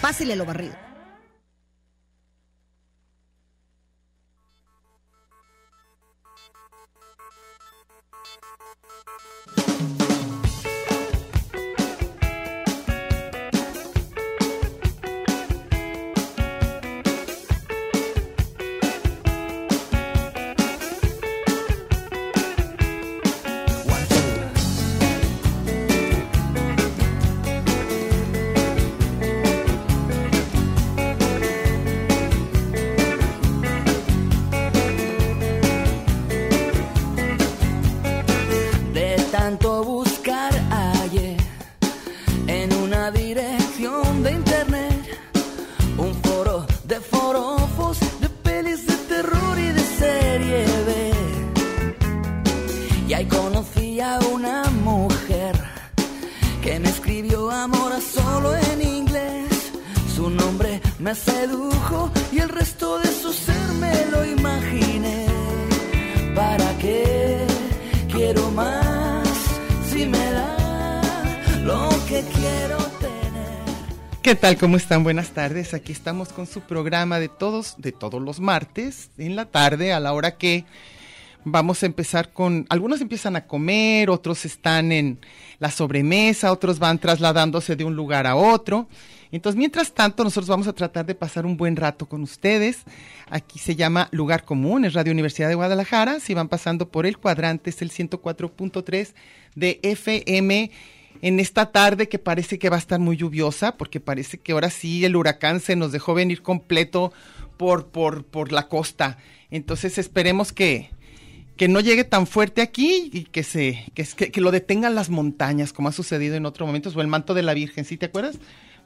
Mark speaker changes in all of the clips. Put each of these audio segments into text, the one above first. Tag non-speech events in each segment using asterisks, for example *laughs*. Speaker 1: Pásele lo barrido.
Speaker 2: De tanto buscar hallé en una dirección de internet un foro de forofos, de pelis de terror y de serie B. Y ahí conocí a una mujer que me escribió amor a solo en inglés. Su nombre me sedujo y el resto de su ser me lo imaginé. ¿Para qué quiero más si me da lo que quiero tener?
Speaker 3: ¿Qué tal? ¿Cómo están? Buenas tardes. Aquí estamos con su programa de todos, de todos los martes, en la tarde, a la hora que vamos a empezar con. Algunos empiezan a comer, otros están en la sobremesa, otros van trasladándose de un lugar a otro. Entonces, mientras tanto, nosotros vamos a tratar de pasar un buen rato con ustedes. Aquí se llama Lugar Común, es Radio Universidad de Guadalajara. Si van pasando por el cuadrante, es el 104.3 de FM en esta tarde que parece que va a estar muy lluviosa, porque parece que ahora sí el huracán se nos dejó venir completo por, por, por la costa. Entonces esperemos que, que no llegue tan fuerte aquí y que se que, es- que- que lo detengan las montañas, como ha sucedido en otros momentos, o el manto de la Virgen, ¿sí te acuerdas?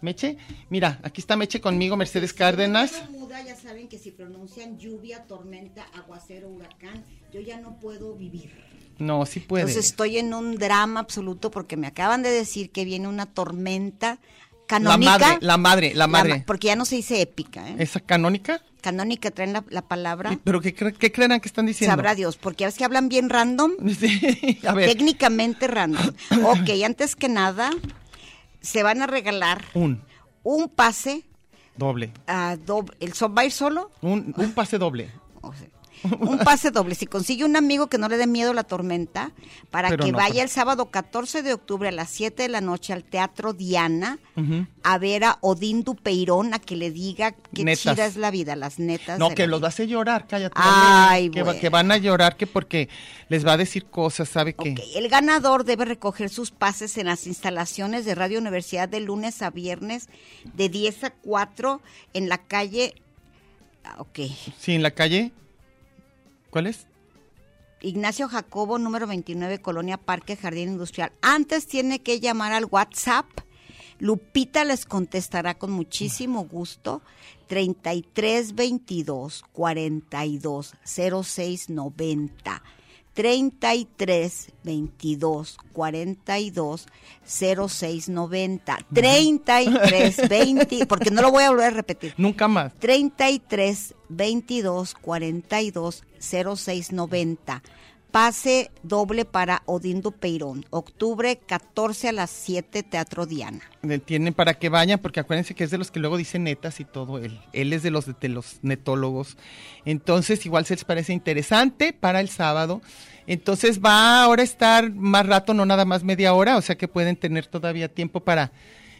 Speaker 3: Meche, mira, aquí está Meche conmigo, Mercedes Cárdenas.
Speaker 1: muda, ya saben que si pronuncian lluvia, tormenta, aguacero, huracán, yo ya no puedo vivir.
Speaker 3: No, sí puede.
Speaker 4: Entonces estoy en un drama absoluto porque me acaban de decir que viene una tormenta canónica.
Speaker 3: madre, la madre, la madre.
Speaker 4: ma- porque ya no se dice épica, ¿eh?
Speaker 3: ¿Esa canónica?
Speaker 4: Canónica traen la, la palabra.
Speaker 3: Sí, ¿Pero qué, cre- qué creerán que están diciendo?
Speaker 4: Sabrá Dios, porque a veces que hablan bien random,
Speaker 3: *laughs* Sí, a ver,
Speaker 4: técnicamente
Speaker 3: *coughs*
Speaker 4: random. ok, antes que nada, se van a regalar
Speaker 3: un
Speaker 4: un pase
Speaker 3: doble,
Speaker 4: a doble. ¿El son va a ir solo?
Speaker 3: un, un pase doble.
Speaker 4: O
Speaker 3: *laughs*
Speaker 4: sea, un pase doble. Si consigue un amigo que no le dé miedo la tormenta, para
Speaker 3: Pero
Speaker 4: que
Speaker 3: no, pues.
Speaker 4: vaya
Speaker 3: pero-
Speaker 4: el sábado 14 de octubre a las 7 de la noche al Teatro Diana
Speaker 3: Ujú.
Speaker 4: a ver a Odín Dupeirón a que le diga qué
Speaker 3: Netas.
Speaker 4: chida es la vida, las netas.
Speaker 3: No,
Speaker 4: de
Speaker 3: que
Speaker 4: la
Speaker 3: los
Speaker 4: vida.
Speaker 3: hace llorar, cállate.
Speaker 4: Ay,
Speaker 3: que, va-
Speaker 4: bueno.
Speaker 3: que van a llorar, que porque les va a decir cosas, ¿sabe qué?
Speaker 4: Ok, El ganador debe recoger sus pases en las instalaciones de Radio Universidad de lunes a viernes de 10 a 4 en la calle. ah, Ok.
Speaker 3: Sí, en la calle. ¿Cuál es?
Speaker 4: Ignacio Jacobo, número 29, Colonia Parque Jardín Industrial. Antes tiene que llamar al WhatsApp. Lupita les contestará con muchísimo gusto. 3322 42 0690. 33 22 42 0690. 33 20, porque no lo voy a volver a repetir.
Speaker 3: Nunca más.
Speaker 4: 33 22 42 06 90. Pase doble para Odindo Peirón. Octubre 14 a las 7, Teatro Diana.
Speaker 3: Le Tienen para que vayan, porque acuérdense que es de los que luego dicen netas y todo él. Él es de los, de los netólogos. Entonces, igual se les parece interesante para el sábado. Entonces, va ahora a estar más rato, no nada más media hora, o sea que pueden tener todavía tiempo para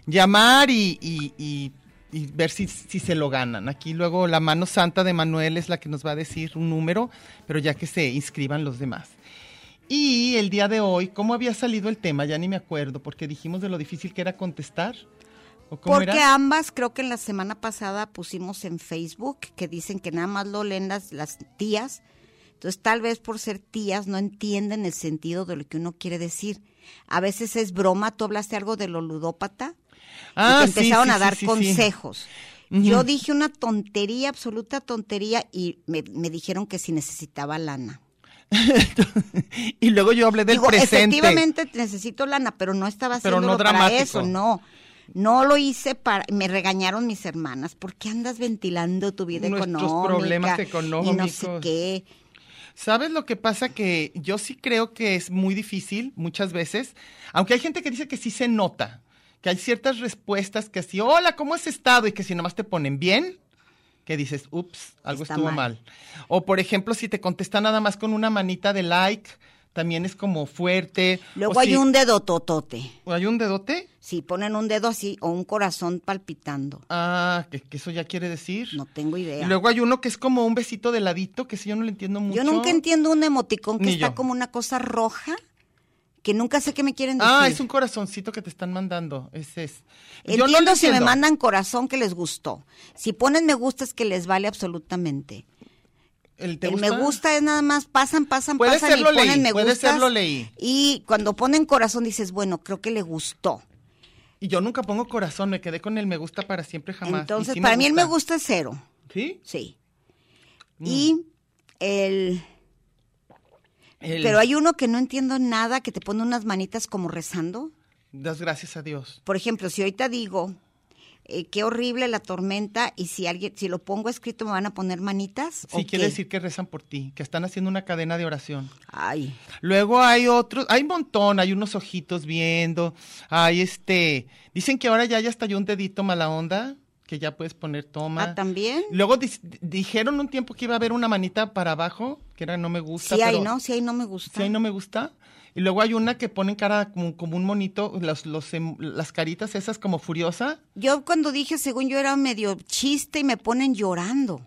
Speaker 3: llamar y, y- y- y ver si, si se lo ganan. Aquí luego la mano santa de Manuel es la que nos va a decir un número, pero ya que se inscriban los demás. Y el día de hoy, ¿cómo había salido el tema? Ya ni me acuerdo, porque dijimos de lo difícil que era contestar. ¿O cómo
Speaker 4: Porque
Speaker 3: era?
Speaker 4: ambas, creo que en la semana pasada pusimos en Facebook que dicen que nada más lo leen las, las tías. Entonces, tal vez por ser tías no entienden el sentido de lo que uno quiere decir. A veces es broma, tú hablaste algo de lo ludópata y
Speaker 3: Ah, sí,
Speaker 4: te empezaron
Speaker 3: sí,
Speaker 4: a
Speaker 3: sí,
Speaker 4: dar
Speaker 3: sí, sí.
Speaker 4: consejos.
Speaker 3: Ujú.
Speaker 4: Yo dije una tontería, absoluta tontería, y me, me dijeron que si necesitaba lana.
Speaker 3: *laughs* y luego yo hablé del
Speaker 4: Digo,
Speaker 3: presente.
Speaker 4: efectivamente necesito lana, pero no estaba
Speaker 3: Pero
Speaker 4: haciendo
Speaker 3: no
Speaker 4: para
Speaker 3: dramático.
Speaker 4: eso, no. No lo hice para, me regañaron mis hermanas, ¿por qué andas ventilando tu vida
Speaker 3: Nuestros
Speaker 4: económica?
Speaker 3: problemas
Speaker 4: Y no sé
Speaker 3: económicos.
Speaker 4: qué.
Speaker 3: ¿Sabes lo que pasa? Que yo sí creo que es muy difícil muchas veces, aunque hay gente que dice que sí se nota, que hay ciertas respuestas que así, hola, ¿cómo has estado? Y que si nomás te ponen bien, que dices, ups, algo
Speaker 4: Está
Speaker 3: estuvo
Speaker 4: mal.
Speaker 3: mal. O por ejemplo, si te contesta nada más con una manita de like, también es como fuerte.
Speaker 4: Luego
Speaker 3: O
Speaker 4: hay
Speaker 3: si-
Speaker 4: un dedo totote.
Speaker 3: ¿o ¿Hay un dedote?
Speaker 4: Si ponen un dedo así o un corazón palpitando.
Speaker 3: Ah, que, que eso ya quiere decir.
Speaker 4: No tengo
Speaker 3: y
Speaker 4: idea.
Speaker 3: luego hay uno que es como un besito de ladito, que si yo no lo entiendo mucho.
Speaker 4: yo nunca entiendo un emoticón que
Speaker 3: Ni
Speaker 4: está
Speaker 3: yo.
Speaker 4: como una cosa roja que nunca sé qué me quieren decir.
Speaker 3: Ah, es un corazoncito que te están mandando. Ese es.
Speaker 4: Entiendo
Speaker 3: lo
Speaker 4: si me
Speaker 3: entiendo.
Speaker 4: mandan corazón que les gustó. Si ponen me gusta es que les vale absolutamente.
Speaker 3: El, te
Speaker 4: El me gusta es nada más pasan, pasan,
Speaker 3: Puede
Speaker 4: pasan
Speaker 3: ser
Speaker 4: y
Speaker 3: lo
Speaker 4: ponen
Speaker 3: leí,
Speaker 4: me
Speaker 3: puede ser
Speaker 4: gustas.
Speaker 3: lo leí.
Speaker 4: Y cuando ponen corazón dices, bueno, creo que le gustó.
Speaker 3: Y yo nunca pongo corazón, me quedé con el me gusta para siempre jamás. Y
Speaker 4: Entonces,
Speaker 3: sí
Speaker 4: para mí el me gusta es cero,
Speaker 3: ¿Sí?
Speaker 4: sí.
Speaker 3: Mm.
Speaker 4: Y el,
Speaker 3: El-
Speaker 4: Pero hay uno que no entiendo nada, que te pone unas manitas como rezando.
Speaker 3: Das gracias a Dios.
Speaker 4: Por ejemplo, si ahorita digo, eh, qué horrible la tormenta, y si alguien, si lo pongo escrito, ¿me van a poner manitas?
Speaker 3: Sí,
Speaker 4: ¿O
Speaker 3: quiere
Speaker 4: qué?
Speaker 3: decir que rezan por ti, que están haciendo una cadena de oración.
Speaker 4: Ay,
Speaker 3: Luego hay otros, hay un montón, hay unos ojitos viendo, hay este, dicen que ahora ya hay hasta hay un dedito mala onda, que ya puedes poner toma.
Speaker 4: ah, ¿también?
Speaker 3: Luego dis- dijeron un tiempo que iba a haber una manita para abajo, que era no me gusta.
Speaker 4: Sí hay,
Speaker 3: pero-
Speaker 4: ¿no? Sí hay, no me gusta.
Speaker 3: Sí, ahí no me gusta. Y luego hay una que ponen cara como, como un monito, los, los em- las caritas esas como furiosa.
Speaker 4: Yo cuando dije, según yo era medio chiste y me ponen llorando.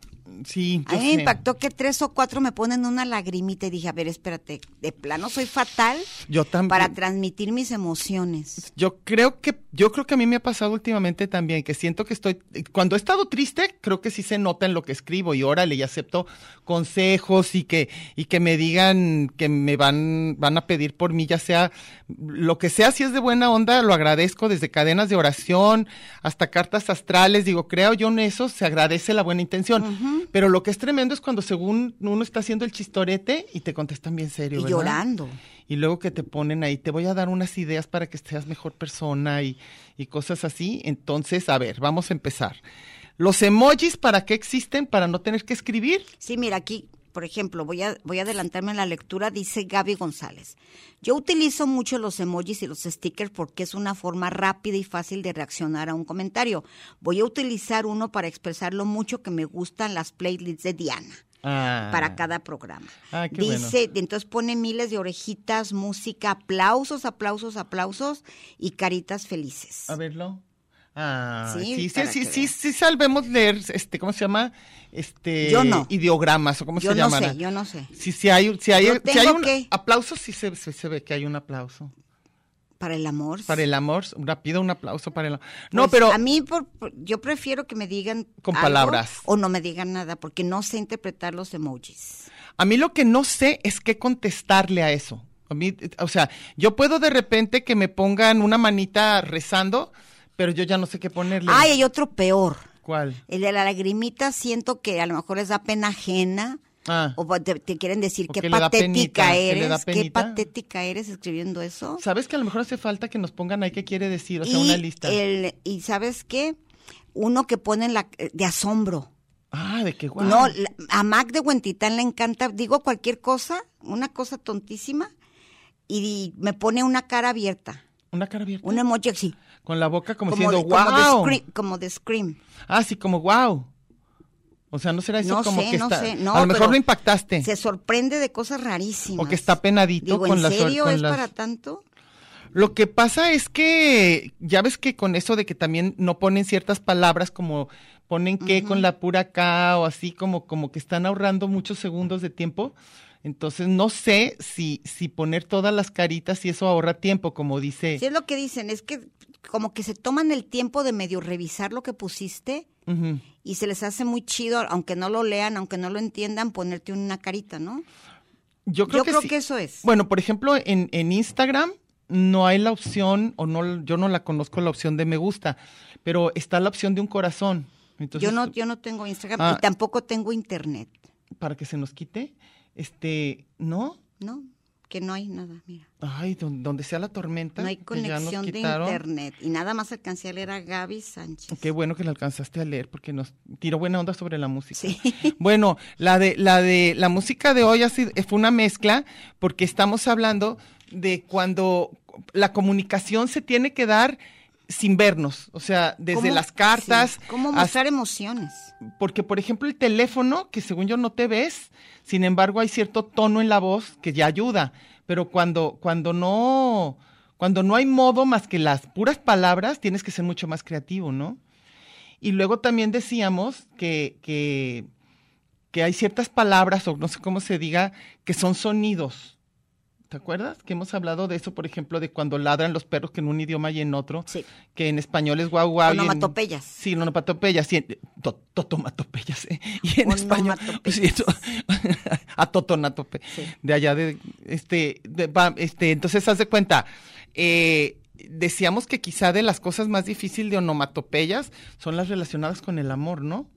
Speaker 3: Sí,
Speaker 4: A
Speaker 3: yo
Speaker 4: mí me
Speaker 3: sé.
Speaker 4: impactó que tres o cuatro me ponen una lagrimita y dije, a ver, espérate, de plano soy fatal
Speaker 3: Yo también.
Speaker 4: para transmitir mis emociones.
Speaker 3: Yo creo que yo creo que a mí me ha pasado últimamente también que siento que estoy cuando he estado triste creo que sí se nota en lo que escribo y órale y acepto consejos y que y que me digan que me van van a pedir por mí ya sea lo que sea si es de buena onda lo agradezco desde cadenas de oración hasta cartas astrales digo creo yo en eso se agradece la buena intención pero lo que es tremendo es cuando según uno está haciendo el chistorete y te contestan bien serio
Speaker 4: Y
Speaker 3: ¿verdad?
Speaker 4: llorando.
Speaker 3: y luego que te ponen ahí, te voy a dar unas ideas para que seas mejor persona y, y cosas así. Entonces, a ver, vamos a empezar. Los emojis, ¿para qué existen? Para no tener que escribir.
Speaker 4: Sí, mira, aquí, por ejemplo, voy a, voy a adelantarme en la lectura, dice Gaby González. Yo utilizo mucho los emojis y los stickers porque es una forma rápida y fácil de reaccionar a un comentario. Voy a utilizar uno para expresar lo mucho que me gustan las playlists de Diana. para cada programa.
Speaker 3: Ah, qué
Speaker 4: Dice, entonces pone miles de orejitas, música, aplausos, aplausos, aplausos y caritas felices.
Speaker 3: A verlo. Ah,
Speaker 4: Sí,
Speaker 3: sí, sí, sí,
Speaker 4: para
Speaker 3: sí,
Speaker 4: que
Speaker 3: sí,
Speaker 4: veas.
Speaker 3: salvemos leer, este, ¿cómo se llama? Este,
Speaker 4: Yo no.
Speaker 3: Ideogramas, o cómo
Speaker 4: yo
Speaker 3: se
Speaker 4: no
Speaker 3: llaman.
Speaker 4: sé, yo no sé.
Speaker 3: Si, si hay, si hay,
Speaker 4: Yo
Speaker 3: si hay
Speaker 4: tengo
Speaker 3: un
Speaker 4: que-
Speaker 3: aplauso, sí se, se- se ve que hay un aplauso.
Speaker 4: Para el amor.
Speaker 3: Para el amor, rápido un aplauso para el amor. No,
Speaker 4: Pues,
Speaker 3: pero...
Speaker 4: A mí, por- por- yo prefiero que me digan.
Speaker 3: Con
Speaker 4: algo
Speaker 3: palabras.
Speaker 4: O no me digan nada, porque no sé interpretar los emojis.
Speaker 3: A mí lo que no sé es qué contestarle a eso. A mí, eh, o sea, yo puedo de repente que me pongan una manita rezando, pero yo ya no sé qué ponerle.
Speaker 4: Ay, hay otro peor.
Speaker 3: ¿Cuál?
Speaker 4: El de la lagrimita siento que a lo mejor les da pena ajena.
Speaker 3: Ah.
Speaker 4: O va- te, te quieren decir
Speaker 3: O
Speaker 4: qué
Speaker 3: que le da
Speaker 4: patética
Speaker 3: penita, que le da
Speaker 4: eres, qué
Speaker 3: penita.
Speaker 4: patética eres escribiendo eso.
Speaker 3: ¿Sabes que a lo mejor hace falta que nos pongan ahí qué quiere decir? O sea,
Speaker 4: y
Speaker 3: una lista.
Speaker 4: el- y sabes qué, uno que pone la, de asombro.
Speaker 3: Ah, de qué guay.
Speaker 4: No, la- a Mac de Huentitán le encanta, digo cualquier cosa, una cosa tontísima, y, me pone una cara abierta,
Speaker 3: una cara abierta.
Speaker 4: un emoji así,
Speaker 3: Con la boca como,
Speaker 4: como,
Speaker 3: diciendo,
Speaker 4: de, como de
Speaker 3: wow.
Speaker 4: scream- como de scream.
Speaker 3: ah, sí, como wow. O sea, no será eso
Speaker 4: No
Speaker 3: como
Speaker 4: sé,
Speaker 3: que
Speaker 4: no
Speaker 3: está.
Speaker 4: sé, no,
Speaker 3: a lo mejor
Speaker 4: pero
Speaker 3: lo impactaste.
Speaker 4: Se sorprende de cosas rarísimas.
Speaker 3: O que está penadito
Speaker 4: Digo,
Speaker 3: con
Speaker 4: ¿en
Speaker 3: las or-
Speaker 4: serio
Speaker 3: con
Speaker 4: es
Speaker 3: las-
Speaker 4: para tanto?
Speaker 3: Lo que pasa es que ya ves que con eso de que también no ponen ciertas palabras como ponen que con la pura K o así como como que están ahorrando muchos segundos de tiempo. Entonces no sé si, si poner todas las caritas y eso ahorra tiempo, como dice.
Speaker 4: Si es lo que dicen, es que como que se toman el tiempo de medio revisar lo que pusiste
Speaker 3: Ujú.
Speaker 4: y se les hace muy chido, aunque no lo lean, aunque no lo entiendan, ponerte una carita, ¿no?
Speaker 3: Yo creo,
Speaker 4: Yo
Speaker 3: que,
Speaker 4: creo
Speaker 3: sí.
Speaker 4: que eso es.
Speaker 3: Bueno, por ejemplo, en, en Instagram no hay la opción, o no, yo no la conozco la opción de me gusta, pero está la opción de un corazón. Entonces,
Speaker 4: yo no, yo no tengo Instagram
Speaker 3: Ah.
Speaker 4: y tampoco tengo internet,
Speaker 3: para que se nos quite, este, ¿no?
Speaker 4: ¿no? Que no hay nada, mira.
Speaker 3: Ay, don- donde sea la tormenta.
Speaker 4: No hay
Speaker 3: que Pues ya nos
Speaker 4: conexión de
Speaker 3: quitaron.
Speaker 4: internet. Y nada más alcancé a leer a Gaby Sánchez.
Speaker 3: Qué bueno que la alcanzaste a leer porque nos tiró buena onda sobre la música.
Speaker 4: Sí.
Speaker 3: *laughs* Bueno, la de la de la música de hoy ha sido- eh, fue una mezcla porque estamos hablando de cuando la comunicación se tiene que dar sin vernos, o sea, desde
Speaker 4: ¿Cómo-
Speaker 3: las cartas,
Speaker 4: sí, ¿Cómo
Speaker 3: hasta-
Speaker 4: mostrar emociones?
Speaker 3: porque por ejemplo el teléfono, que según yo no te ves, sin embargo hay cierto tono en la voz que ya ayuda, pero cuando cuando no cuando no hay modo más que las puras palabras, tienes que ser mucho más creativo, ¿no? Y luego también decíamos que, que, que hay ciertas palabras, o no sé cómo se diga, que son sonidos. ¿Te acuerdas? Que hemos hablado de eso, por ejemplo, de cuando ladran los perros que en un idioma y en otro,
Speaker 4: Sí.
Speaker 3: que en español es guau guau. y en-
Speaker 4: Onomatopeyas.
Speaker 3: Sí, onomatopeyas, sí, en- to- totomatopeyas, eh, *laughs* y *laughs* en español,
Speaker 4: Onomatopeyas.
Speaker 3: sí, eso- *laughs* a totonatope,
Speaker 4: Sí.
Speaker 3: de allá de, este, de- va, este, entonces haz de cuenta, eh, decíamos que quizá de las cosas más difíciles de onomatopeyas son las relacionadas con el amor, ¿no?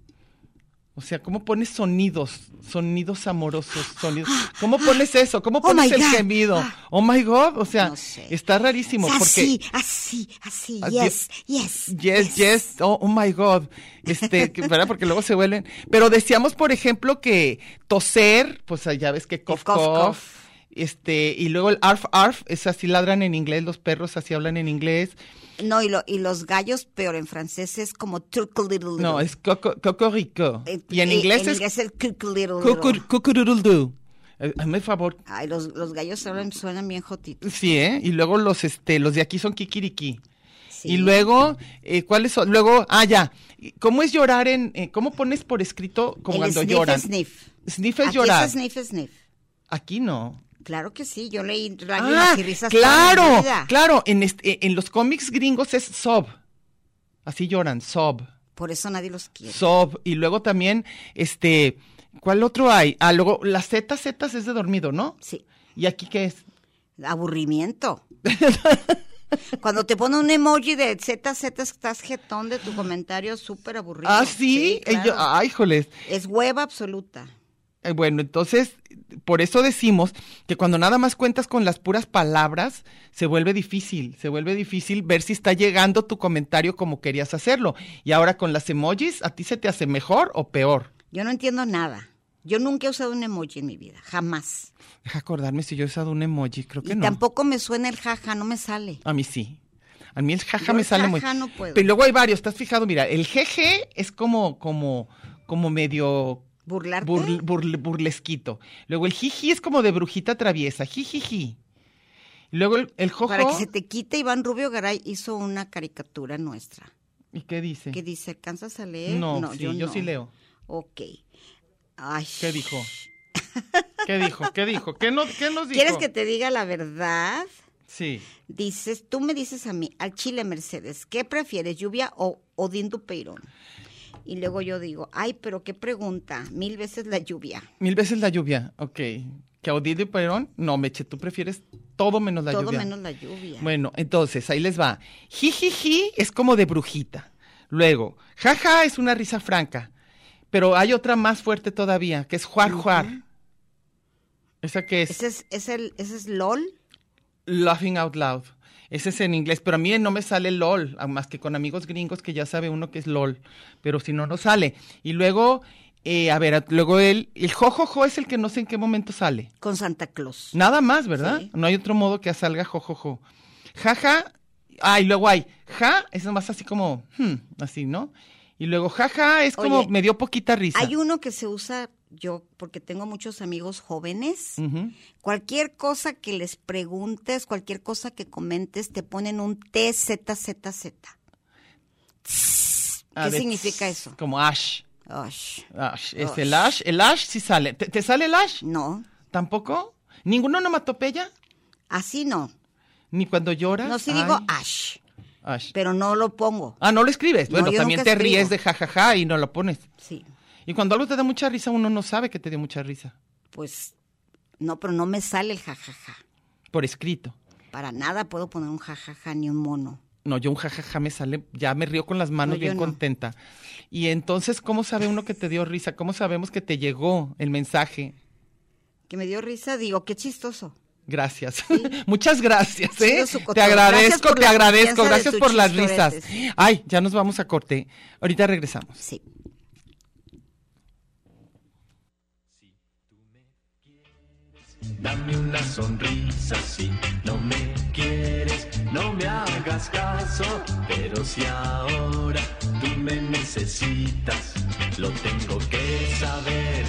Speaker 3: O sea, ¿cómo pones sonidos? Sonidos amorosos, sonidos. ¿Cómo pones eso? ¿Cómo
Speaker 4: Oh my
Speaker 3: pones el
Speaker 4: God.
Speaker 3: gemido? Oh my God, o sea,
Speaker 4: No sé.
Speaker 3: está rarísimo. porque...
Speaker 4: Así, así, así.
Speaker 3: Ah,
Speaker 4: Yes, yes.
Speaker 3: Yes, yes, oh, oh my God.
Speaker 4: *laughs*
Speaker 3: Este, que- ¿verdad? Porque luego se vuelven. Pero decíamos, por ejemplo, que toser, pues ah, ya ves que cough,
Speaker 4: cough,
Speaker 3: cough,
Speaker 4: cough.
Speaker 3: Este, y luego el arf, arf, es así ladran en inglés, los perros así hablan en inglés.
Speaker 4: No, y, lo- y los gallos, peor en francés es como turkle little.
Speaker 3: No, es coco- cocorico.
Speaker 4: Eh,
Speaker 3: Y en
Speaker 4: eh,
Speaker 3: inglés
Speaker 4: en
Speaker 3: es
Speaker 4: inglés el cuckoo little.
Speaker 3: cucur- cucururuldu. Eh, Hazme el favor.
Speaker 4: Ay, los, los gallos hablan, suenan bien jotitos.
Speaker 3: Sí, ¿eh? Y luego los, este, los de aquí son kikiriki.
Speaker 4: Sí.
Speaker 3: Y luego, eh, ¿cuáles son? Luego, ah, ya. ¿Cómo es llorar en, eh, cómo pones por escrito como
Speaker 4: El
Speaker 3: cuando
Speaker 4: sniff
Speaker 3: lloran?
Speaker 4: es Sniff.
Speaker 3: Sniff es
Speaker 4: Aquí
Speaker 3: llorar.
Speaker 4: es sniff, es sniff.
Speaker 3: Aquí no.
Speaker 4: Claro que sí, yo leí lágrimas
Speaker 3: Ah,
Speaker 4: y risas. toda mi
Speaker 3: claro,
Speaker 4: vida.
Speaker 3: claro. En, este- en los cómics gringos es sob. Así lloran, sob,
Speaker 4: Por eso nadie los quiere.
Speaker 3: sob. Y luego también, este, ¿cuál otro hay? Ah, luego, las zetas, zetas es de dormido, ¿no?
Speaker 4: sí.
Speaker 3: ¿Y aquí qué es? *laughs*
Speaker 4: Aburrimiento. Cuando te pone un emoji de ZZ, estás jetón de tu comentario súper aburrido.
Speaker 3: Ah, sí.
Speaker 4: claro.
Speaker 3: Eh, yo- ay, joles.
Speaker 4: Es hueva absoluta.
Speaker 3: Eh, Bueno, entonces, por eso decimos que cuando nada más cuentas con las puras palabras, se vuelve difícil, se vuelve difícil ver si está llegando tu comentario como querías hacerlo. Y ahora con las emojis, ¿a ti se te hace mejor o peor?
Speaker 4: Yo no entiendo nada. Yo nunca he usado un emoji en mi vida, jamás.
Speaker 3: Deja acordarme si yo he usado un emoji, creo que
Speaker 4: Y
Speaker 3: no.
Speaker 4: tampoco me suena el jaja, no me sale.
Speaker 3: A mí sí. A mí el jaja
Speaker 4: Yo
Speaker 3: me
Speaker 4: el
Speaker 3: sale muy.
Speaker 4: jaja no puedo.
Speaker 3: Pero luego hay varios, ¿estás fijado? Mira, el jeje es como, como, como medio
Speaker 4: ¿Burlarte?
Speaker 3: burl- burl- burlesquito. Luego el jiji es como de brujita traviesa, jijiji. Luego el, el jojo.
Speaker 4: Para que se te quite, Iván Rubio Garay hizo una caricatura nuestra.
Speaker 3: ¿Y qué dice?
Speaker 4: que dice? ¿Alcanzas a leer?
Speaker 3: No, sí, yo
Speaker 4: no.
Speaker 3: sí leo.
Speaker 4: Ok. Ay, *laughs*
Speaker 3: ¿Qué dijo? ¿Qué dijo? ¿Qué dijo? ¿Qué, no, qué nos dijo?
Speaker 4: ¿Quieres que te diga la verdad?
Speaker 3: Sí.
Speaker 4: Dices, tú me dices a mí, al chile Mercedes, ¿qué prefieres, lluvia o Odín Dupeirón? Y luego yo digo, ay, pero qué pregunta, mil veces la lluvia.
Speaker 3: Mil veces la lluvia, ok. ¿Que Audilio y Perón? No, Meche, tú prefieres todo menos la
Speaker 4: Todo
Speaker 3: lluvia.
Speaker 4: menos la lluvia.
Speaker 3: Bueno, entonces, ahí les va. Jijiji es como de brujita. Luego, jaja es una risa franca. Pero hay otra más fuerte todavía, que es juar juar. Esa que es
Speaker 4: Ese es, es el, ese es LOL.
Speaker 3: laughing out loud. Ese es en inglés, pero a mí no me sale LOL, a- más que con amigos gringos que ya sabe uno que es LOL, pero si no, no sale. Y luego, eh, a ver, a- luego el, el jojojo es el que no sé en qué momento sale.
Speaker 4: con Santa Claus.
Speaker 3: Nada más, ¿verdad?
Speaker 4: Sí.
Speaker 3: No hay otro modo que salga jojojo. Ja, ja. Ay, luego hay ja, es nomás así como, hmm, así, ¿no? Y luego jaja es como,
Speaker 4: Oye,
Speaker 3: me dio poquita risa.
Speaker 4: Hay uno que se usa yo porque tengo muchos amigos jóvenes.
Speaker 3: Ujú.
Speaker 4: Cualquier cosa que les preguntes, cualquier cosa que comentes, te ponen un TZZZ.
Speaker 3: Ah,
Speaker 4: ¿Qué
Speaker 3: de-
Speaker 4: significa eso?
Speaker 3: Como ash.
Speaker 4: Ush,
Speaker 3: Ash. Es
Speaker 4: Ash.
Speaker 3: el ash. El ash sí sale. ¿Te, te sale el ash?
Speaker 4: no.
Speaker 3: ¿Tampoco? ¿Ninguno onomatopeya?
Speaker 4: Así no.
Speaker 3: ¿Ni cuando lloras?
Speaker 4: No, si
Speaker 3: Ay,
Speaker 4: digo ash,
Speaker 3: ash.
Speaker 4: pero no lo pongo.
Speaker 3: Ah, no lo escribes.
Speaker 4: No,
Speaker 3: Bueno,
Speaker 4: yo
Speaker 3: también
Speaker 4: nunca
Speaker 3: te ríes
Speaker 4: escribo.
Speaker 3: de jajaja y no lo pones.
Speaker 4: Sí,
Speaker 3: Y cuando algo te da mucha risa, uno no sabe que te dio mucha risa.
Speaker 4: pues no, pero no me sale el jajaja.
Speaker 3: Por escrito.
Speaker 4: Para nada puedo poner un jajaja ni un mono.
Speaker 3: No, yo un jajaja me sale, ya me río con las
Speaker 4: No,
Speaker 3: manos
Speaker 4: yo
Speaker 3: bien
Speaker 4: no.
Speaker 3: contenta. Y entonces, ¿cómo sabe uno que te dio risa? ¿Cómo sabemos que te llegó el mensaje?
Speaker 4: Que me dio risa, digo, qué chistoso.
Speaker 3: Gracias. *laughs* Muchas gracias,
Speaker 4: Chido
Speaker 3: ¿eh?
Speaker 4: su
Speaker 3: Te
Speaker 4: cotorreo. Gracias
Speaker 3: agradezco,
Speaker 4: por
Speaker 3: te
Speaker 4: la
Speaker 3: agradezco.
Speaker 4: confianza de
Speaker 3: Gracias
Speaker 4: tus
Speaker 3: por las risas.
Speaker 4: chistoretes.
Speaker 3: Ay, ya nos vamos a corte. Ahorita regresamos.
Speaker 4: Sí.
Speaker 5: Dame una sonrisa si no me quieres, no me hagas caso, pero si ahora tú me necesitas, lo tengo que saber.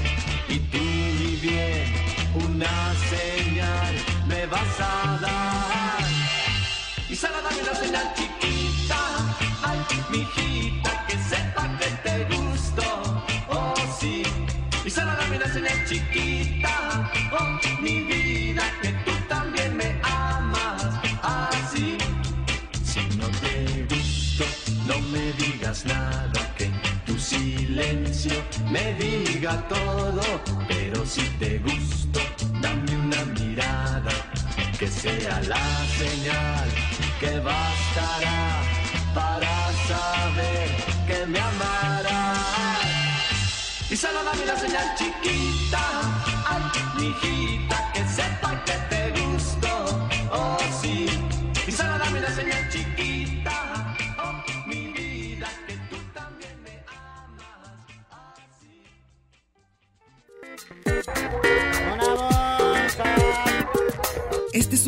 Speaker 5: Y tú, mi bien, una señal me vas a dar. Y Sara, dame una señal chiquita, ay, mijita, que sepa que te gusto, oh sí. Y Sara, dame una señal chiquita, oh mi vida, que tú también me amas, Ah, así. Si no te gusto, no me digas nada, que tu silencio me diga todo. Pero si te gusto, dame una mirada, que sea la señal que bastará para saber que me amarás. Y solo dame la señal chiquita, ay, mijita, que sepa que te gusto, oh sí. Y solo dame la señal chiquita, oh mi vida, que tú también me amas.
Speaker 1: Este es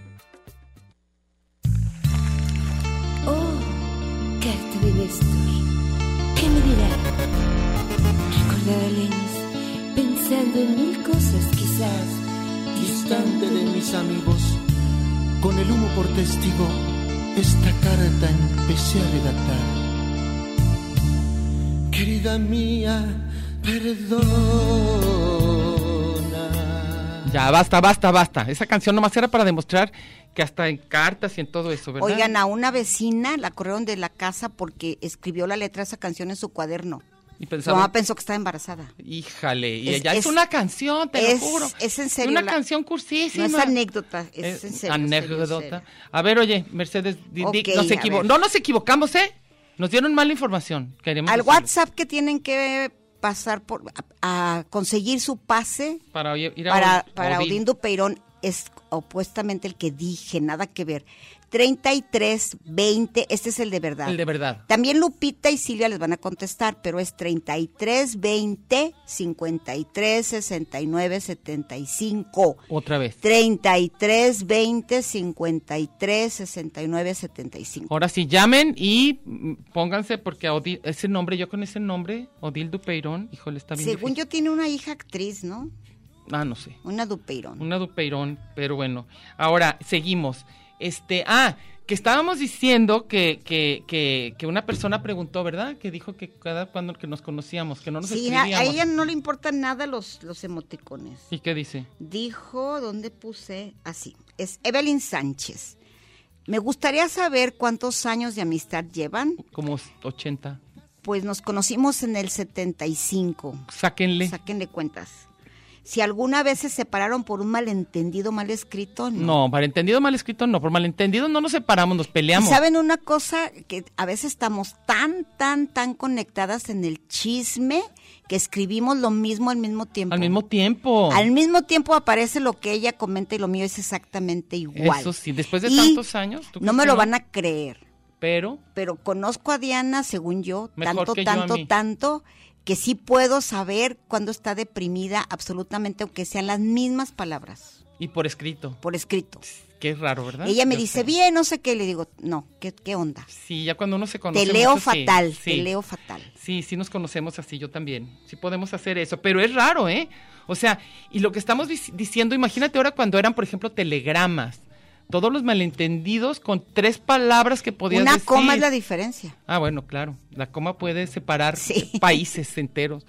Speaker 6: Oh, carta de Néstor, ¿qué me dirá? Recordar a Lenis, pensando en mil cosas quizás.
Speaker 7: distante de mis amigos, con el humo por testigo, esta carta empecé a redactar. Querida mía, perdona.
Speaker 3: Ya, basta, basta, basta. Esa canción nomás era para demostrar que hasta en cartas y en todo eso, ¿verdad?
Speaker 4: Oigan, a una vecina la corrieron de la casa porque escribió la letra de esa canción en su cuaderno.
Speaker 3: y
Speaker 4: Su
Speaker 3: pensaban,
Speaker 4: mamá pensó que estaba embarazada.
Speaker 3: híjale, y
Speaker 4: Es-
Speaker 3: ella es,
Speaker 4: es-
Speaker 3: una canción, te
Speaker 4: es-
Speaker 3: lo juro.
Speaker 4: es en serio
Speaker 3: Una
Speaker 4: la-
Speaker 3: canción cursísima.
Speaker 4: No es anécdota, es,
Speaker 3: Eh,
Speaker 4: en serio,
Speaker 3: anécdota.
Speaker 4: serio, serio.
Speaker 3: A ver, oye, Mercedes, di- di-
Speaker 4: Ok,
Speaker 3: nos
Speaker 4: a
Speaker 3: equivo-
Speaker 4: ver.
Speaker 3: no nos equivocamos, ¿eh? Nos dieron mala información. Queremos
Speaker 4: Al
Speaker 3: decirlo.
Speaker 4: WhatsApp que tienen que pasar por a, a conseguir su pase
Speaker 3: Para oye- ir a
Speaker 4: para,
Speaker 3: Od-
Speaker 4: para
Speaker 3: Odín.
Speaker 4: Odindo Peirón es opuestamente el que dije, nada que ver. 33 20, este es el de verdad.
Speaker 3: El de verdad.
Speaker 4: También Lupita y Silvia les van a contestar, pero es 33 20 53 69 75.
Speaker 3: Otra vez.
Speaker 4: 33 20 53 69 75.
Speaker 3: Ahora sí, llamen y mm, pónganse, porque a Odil- ese nombre, yo con ese nombre, Odil Dupeirón, híjole, está bien.
Speaker 4: Según
Speaker 3: difícil.
Speaker 4: yo tiene una hija actriz, ¿no?
Speaker 3: Ah, no sé.
Speaker 4: Una Dupeirón.
Speaker 3: Una Dupeirón, pero bueno. Ahora, seguimos. Este, ah, que estábamos diciendo que, que, que, que una persona preguntó, ¿verdad? Que dijo que cada cuando que nos conocíamos, que no nos
Speaker 4: Sí, a,
Speaker 3: escribíamos.
Speaker 4: a ella no le importan nada los, los emoticones.
Speaker 3: ¿Y qué dice?
Speaker 4: Dijo, ¿dónde puse? Así, es Evelyn Sánchez. Me gustaría saber cuántos años de amistad llevan.
Speaker 3: Como 80.
Speaker 4: Pues nos conocimos en el 75.
Speaker 3: Sáquenle.
Speaker 4: Sáquenle cuentas. Si alguna vez se separaron por un malentendido mal escrito, no.
Speaker 3: No, malentendido, mal escrito, no. Por malentendido no nos separamos, nos
Speaker 4: Y
Speaker 3: peleamos.
Speaker 4: saben una cosa que a veces estamos tan, tan, tan conectadas en el chisme que escribimos lo mismo al mismo tiempo.
Speaker 3: Al mismo tiempo.
Speaker 4: Al mismo tiempo aparece lo que ella comenta y lo mío es exactamente igual.
Speaker 3: Eso sí, después de
Speaker 4: Y
Speaker 3: tantos años, ¿tú
Speaker 4: No
Speaker 3: crees
Speaker 4: me
Speaker 3: que
Speaker 4: lo
Speaker 3: no?
Speaker 4: van a creer,
Speaker 3: Pero
Speaker 4: pero conozco a Diana, según yo,
Speaker 3: Mejor
Speaker 4: tanto,
Speaker 3: que yo a
Speaker 4: tanto,
Speaker 3: mí.
Speaker 4: tanto, que sí puedo saber cuando está deprimida absolutamente, aunque sean las mismas palabras,
Speaker 3: y por escrito.
Speaker 4: por escrito.
Speaker 3: Qué raro, ¿verdad?
Speaker 4: Ella me
Speaker 3: Ah, Yo
Speaker 4: dice,
Speaker 3: sé.
Speaker 4: bien, no sé qué, le digo, no, ¿qué, qué onda?
Speaker 3: Sí, ya cuando uno se conoce.
Speaker 4: Te leo
Speaker 3: mucho, sí,
Speaker 4: fatal,
Speaker 3: sí.
Speaker 4: te leo fatal.
Speaker 3: Sí, sí nos conocemos así, yo también. Sí podemos hacer eso, pero es raro, ¿eh? O sea, y lo que estamos dis- diciendo, imagínate ahora cuando eran, por ejemplo, telegramas. Todos los malentendidos con tres palabras que podían
Speaker 4: Una
Speaker 3: decir.
Speaker 4: coma es la diferencia.
Speaker 3: Ah, bueno, claro. La coma puede separar
Speaker 4: Sí.
Speaker 3: eh, *laughs* países enteros.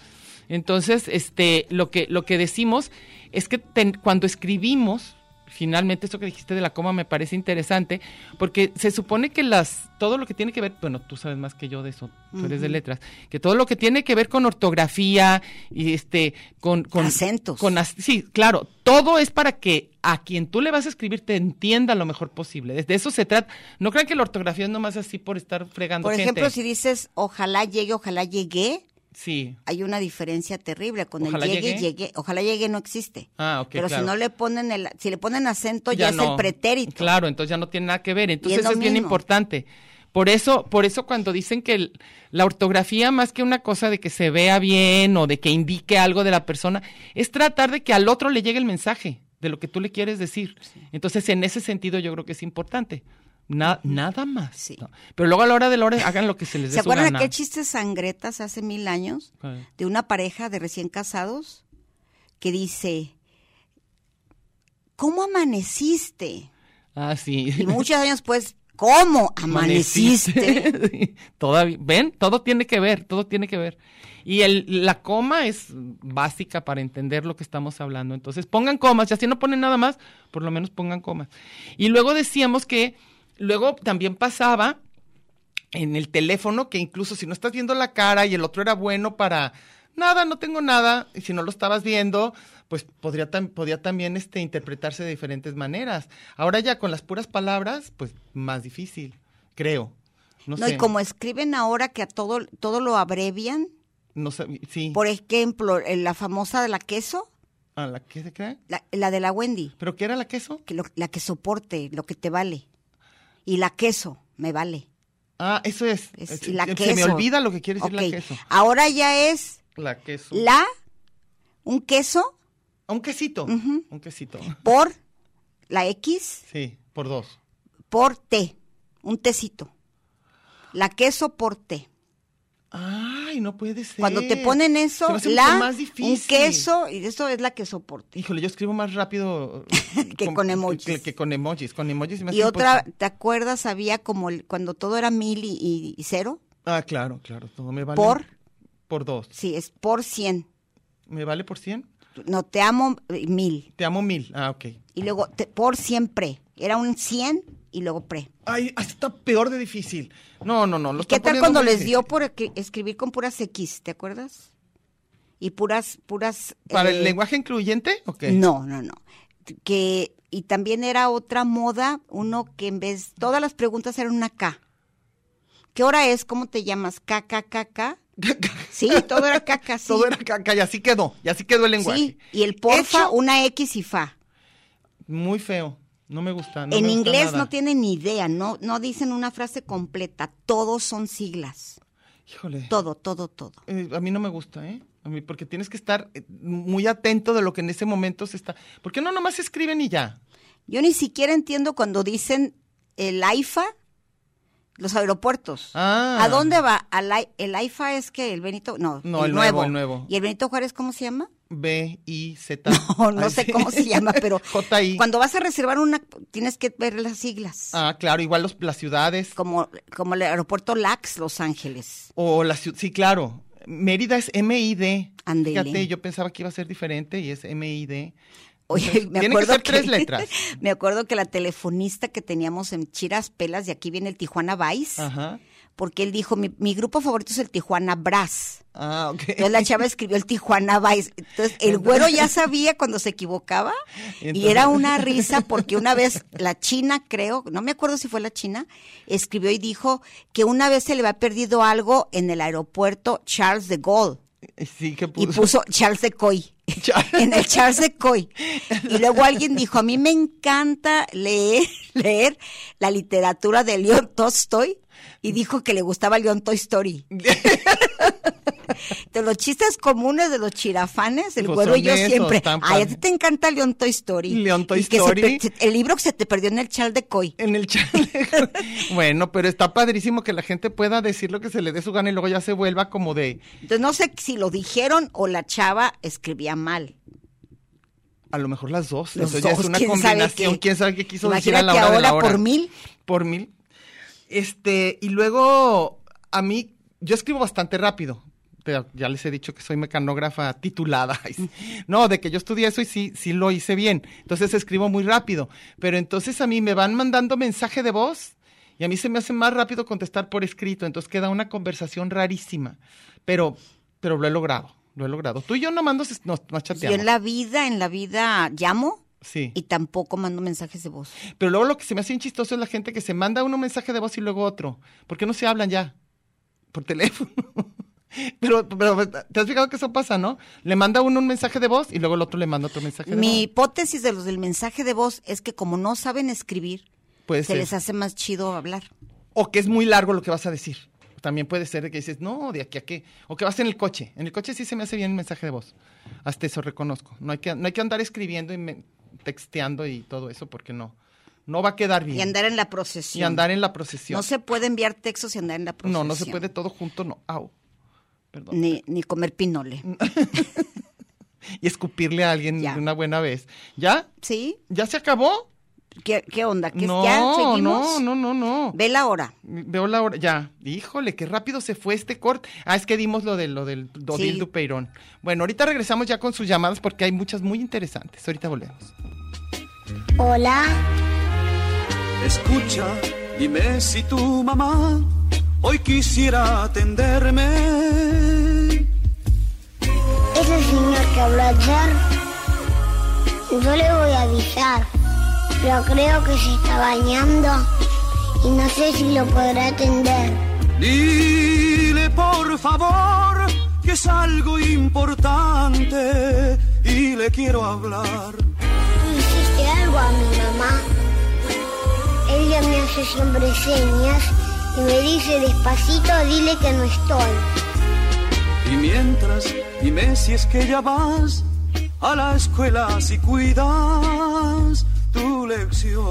Speaker 3: Entonces, este, lo que, lo que decimos es que ten- cuando escribimos, finalmente esto que dijiste de la coma me parece interesante, porque se supone que las, todo lo que tiene que ver, bueno, tú sabes más que yo de eso, tú eres de letras, que todo lo que tiene que ver con ortografía y este, con, con
Speaker 4: Acentos.
Speaker 3: con as- sí, claro, todo es para que a quien tú le vas a escribir te entienda lo mejor posible. De eso se trata. No crean que la ortografía es nomás así por estar fregando
Speaker 4: Por
Speaker 3: gente.
Speaker 4: ejemplo, si dices, ojalá llegue, ojalá llegué,
Speaker 3: Sí.
Speaker 4: hay una diferencia terrible con
Speaker 3: Ojalá
Speaker 4: el llegue,
Speaker 3: llegue.
Speaker 4: llegue, Ojalá llegue no existe.
Speaker 3: Ah, ok,
Speaker 4: Pero
Speaker 3: claro.
Speaker 4: si no le ponen el, si le ponen acento ya, es
Speaker 3: no.
Speaker 4: el pretérito.
Speaker 3: Claro, entonces ya no tiene nada que ver. Entonces
Speaker 4: lo
Speaker 3: es, bien
Speaker 4: mismo.
Speaker 3: importante. Por eso, por eso cuando dicen que el- la ortografía más que una cosa de que se vea bien o de que indique algo de la persona, es tratar de que al otro le llegue el mensaje de lo que tú le quieres decir. Entonces, en ese sentido yo creo que es importante. Na- nada más.
Speaker 4: Sí.
Speaker 3: ¿no? Pero luego a la hora de la hora hagan lo que se les dé
Speaker 4: ¿Se
Speaker 3: su
Speaker 4: acuerdan
Speaker 3: gana.
Speaker 4: aquel chiste sangretas hace mil años
Speaker 3: ¿Cuál?
Speaker 4: de una pareja de recién casados que dice, ¿cómo amaneciste?
Speaker 3: Ah, sí. *laughs*
Speaker 4: Y muchos años después, ¿cómo amaneciste?
Speaker 3: Amaneciste. *laughs* Sí, Todavía, ven, todo tiene que ver, todo tiene que ver. Y el, la coma es básica para entender lo que estamos hablando. Entonces pongan comas, ya si no ponen nada más, por lo menos pongan comas. Y luego decíamos que, luego también pasaba en el teléfono que incluso si no estás viendo la cara y el otro era bueno para nada, no tengo nada, y si no lo estabas viendo, pues podría tam- podía también este interpretarse de diferentes maneras. Ahora ya con las puras palabras, pues más difícil, creo. No,
Speaker 4: No,
Speaker 3: sé.
Speaker 4: y como escriben ahora que a todo, todo lo abrevian,
Speaker 3: no sab- sí.
Speaker 4: por ejemplo, eh, la famosa de la queso,
Speaker 3: ¿A la qué se cree?
Speaker 4: la, la de la Wendy,
Speaker 3: ¿Pero qué era la queso?
Speaker 4: que lo- la que soporte, lo que te vale. Y la queso, me vale.
Speaker 3: Ah, eso es.
Speaker 4: Es-
Speaker 3: Es-
Speaker 4: y la
Speaker 3: se
Speaker 4: queso.
Speaker 3: me olvida lo que quiere decir
Speaker 4: Ok.
Speaker 3: la queso.
Speaker 4: Ahora ya es
Speaker 3: La queso.
Speaker 4: la, un queso
Speaker 3: Un quesito. Un quesito.
Speaker 4: por la X
Speaker 3: Sí, por dos.
Speaker 4: por T, un tecito. La queso por T.
Speaker 3: Ay, no puede ser.
Speaker 4: Cuando te ponen
Speaker 3: Se
Speaker 4: eso,
Speaker 3: me hace mucho
Speaker 4: la,
Speaker 3: más
Speaker 4: un
Speaker 3: difícil.
Speaker 4: queso, y eso es la que soporte.
Speaker 3: Híjole, yo escribo más rápido
Speaker 4: *laughs* Que con emojis.
Speaker 3: Que, que con emojis, con emojis se me
Speaker 4: Y
Speaker 3: hace
Speaker 4: otra,
Speaker 3: imposible.
Speaker 4: ¿te acuerdas? Había como el- cuando todo era mil y, y- y cero.
Speaker 3: Ah, claro, claro, todo me vale.
Speaker 4: ¿Por?
Speaker 3: Por dos.
Speaker 4: Sí, es por cien.
Speaker 3: ¿Me vale por cien?
Speaker 4: No, te amo eh, mil.
Speaker 3: Te amo mil. Ah, ok.
Speaker 4: Y luego te- por siempre. Era un cien y luego pre.
Speaker 3: Ay, hasta peor de difícil. No, no, no. Lo
Speaker 4: ¿Qué
Speaker 3: está
Speaker 4: tal
Speaker 3: poniendo
Speaker 4: cuando
Speaker 3: muy
Speaker 4: les
Speaker 3: difícil.
Speaker 4: dio por escri- escribir con puras X, ¿te acuerdas? Y puras, puras...
Speaker 3: ¿Para
Speaker 4: eh,
Speaker 3: el lenguaje incluyente? Ok.
Speaker 4: No, no, no. Que, y también era otra moda, uno que en vez, todas las preguntas eran una K. ¿Qué hora es? ¿Cómo te llamas? K, K, K,
Speaker 3: *laughs*
Speaker 4: K. Sí, todo era K, K, sí.
Speaker 3: Todo era caca y así quedó. Y así quedó el lenguaje.
Speaker 4: Sí, y el porfa,
Speaker 3: Hecho-
Speaker 4: una X y fa.
Speaker 3: Muy feo. No me gusta. no
Speaker 4: en
Speaker 3: me gusta
Speaker 4: inglés
Speaker 3: nada.
Speaker 4: no tienen ni idea, no, no dicen una frase completa, todos son siglas.
Speaker 3: Híjole.
Speaker 4: Todo, todo, todo.
Speaker 3: Eh, a mí no me gusta, ¿eh? A mí, porque tienes que estar eh, muy atento de lo que en ese momento se está. Porque no nomás escriben y ya.
Speaker 4: Yo ni siquiera entiendo cuando dicen el AIFA, los aeropuertos.
Speaker 3: Ah.
Speaker 4: ¿A dónde va? Al ai- el AIFA es que el Benito, no,
Speaker 3: No, el nuevo, el nuevo.
Speaker 4: ¿Y el Benito Juárez cómo se llama? *laughs*
Speaker 3: B, I, Z.
Speaker 4: No, no
Speaker 3: Ay,
Speaker 4: sé
Speaker 3: sí.
Speaker 4: cómo se llama, pero
Speaker 3: *laughs* J, I.
Speaker 4: cuando vas a reservar una, tienes que ver las siglas.
Speaker 3: Ah, claro, igual los, las ciudades.
Speaker 4: Como, como el aeropuerto LAX, Los Ángeles.
Speaker 3: O la ciudad. Sí, claro. Mérida es MID.
Speaker 4: Ándele.
Speaker 3: Fíjate, yo pensaba que iba a ser diferente y es MID.
Speaker 4: Oye, me acuerdo
Speaker 3: *laughs* tiene que ser
Speaker 4: *laughs*
Speaker 3: tres letras. Ah.
Speaker 4: Me acuerdo que la telefonista que teníamos en Chiras Pelas, de aquí viene el Tijuana Vice,
Speaker 3: Ajá.
Speaker 4: porque él dijo, mi, mi grupo favorito es el Tijuana Brass.
Speaker 1: Ah, ok.
Speaker 3: *laughs*
Speaker 4: Entonces la chava escribió el Tijuana Vice. Entonces el güero *laughs* ya sabía cuando se equivocaba y era una risa porque una vez la China, creo, no me acuerdo si fue la China, escribió y dijo que una vez se le había perdido algo en el aeropuerto Charles de Gaulle
Speaker 3: Sí, que
Speaker 4: y puso Charles de Coy. en el Charles de Coy. Y luego alguien dijo, a mí me encanta leer, *laughs* leer la literatura de León Tolstoy y dijo que le gustaba León Toy
Speaker 3: *laughs*
Speaker 4: Story. De los chistes comunes de los chirafanes, el
Speaker 3: Pues
Speaker 4: güero y
Speaker 3: son
Speaker 4: yo
Speaker 3: esos,
Speaker 4: siempre.
Speaker 3: tan
Speaker 4: Ay, a
Speaker 3: pan-
Speaker 4: ti te encanta León Toy Story.
Speaker 3: León Toy
Speaker 4: Y que se
Speaker 3: Story.
Speaker 4: per- se- el libro que se te perdió en el Charles de Coy.
Speaker 3: *laughs* En el chaleco. *laughs* bueno, pero está padrísimo que la gente pueda decir lo que se le dé su gana y luego ya se vuelva como de
Speaker 4: Entonces no sé si lo dijeron o la chava escribía mal.
Speaker 3: a lo mejor las dos.
Speaker 4: Los
Speaker 3: Eso ya
Speaker 4: dos,
Speaker 3: es una
Speaker 4: quién sabe
Speaker 3: combinación.
Speaker 4: qué.
Speaker 3: ¿Quién sabe qué quiso decir a
Speaker 4: Imagínate
Speaker 3: la
Speaker 4: ahora
Speaker 3: hora de la hora?
Speaker 4: por mil.
Speaker 3: Por mil. Este, y luego a mí, yo escribo bastante rápido. Te- ya les he dicho que soy mecanógrafa titulada. *laughs* Ay, sí. No, de que yo estudié eso y sí, sí lo hice bien. Entonces escribo muy rápido. Pero entonces a mí me van mandando mensaje de voz y a mí se me hace más rápido contestar por escrito. Entonces queda una conversación rarísima. Pero, pero lo he logrado, lo he logrado. Tú y yo no mando, nos, nos
Speaker 4: Yo
Speaker 3: chateamos.
Speaker 4: en la vida, en la vida llamo
Speaker 3: Sí.
Speaker 4: y tampoco mando mensajes de voz.
Speaker 3: Pero luego lo que se me hace bien chistoso es la gente que se manda uno un mensaje de voz y luego otro. ¿Por qué no se hablan ya? Por teléfono. *laughs* Pero, pero te has fijado que eso pasa, ¿no? Le manda uno un mensaje de voz y luego el otro le manda otro mensaje de
Speaker 4: Mi
Speaker 3: voz.
Speaker 4: hipótesis de los del mensaje de voz es que como no saben escribir,
Speaker 3: Puede
Speaker 4: se
Speaker 3: ser.
Speaker 4: les hace más chido hablar.
Speaker 3: O que es muy largo lo que vas a decir. También puede ser de que dices, no, de aquí a qué. O que vas en el coche. En el coche sí se me hace bien el mensaje de voz. Hasta eso reconozco. No hay que, no hay que andar escribiendo y me- texteando y todo eso porque no. No va a quedar bien.
Speaker 4: Y andar en la procesión.
Speaker 3: Y andar en la procesión.
Speaker 4: No se puede enviar textos y andar en la procesión.
Speaker 3: No, no se puede todo junto, no. Au. Perdón.
Speaker 4: Ni, ni comer pinole.
Speaker 3: Mm. Y escupirle a alguien
Speaker 4: Ya.
Speaker 3: de una buena vez. ¿Ya?
Speaker 4: ¿Sí?
Speaker 3: ¿Ya se acabó?
Speaker 4: ¿Qué, qué onda? ¿Qué,
Speaker 3: no,
Speaker 4: ¿Ya seguimos?
Speaker 3: no, no, no, no.
Speaker 4: Ve la hora.
Speaker 3: Veo la hora. Ya. Híjole, qué rápido se fue este corte. Ah, es que dimos lo de lo del Dodil
Speaker 4: Sí.
Speaker 3: Dupeirón. Bueno, ahorita regresamos ya con sus llamadas porque hay muchas muy interesantes. Ahorita volvemos.
Speaker 8: Hola,
Speaker 5: Escucha, dime si tu mamá hoy quisiera atenderme.
Speaker 8: es el señor que habló ayer. Yo le voy a avisar, pero creo que se está bañando y no sé si lo podrá atender.
Speaker 5: Dile por favor que es algo importante y le quiero hablar.
Speaker 8: ¿Tú hiciste algo a mi mamá? Ella me hace siempre señas y me dice despacito, dile que no estoy.
Speaker 5: Y mientras, dime si es que ya vas a la escuela si cuidas tu lección.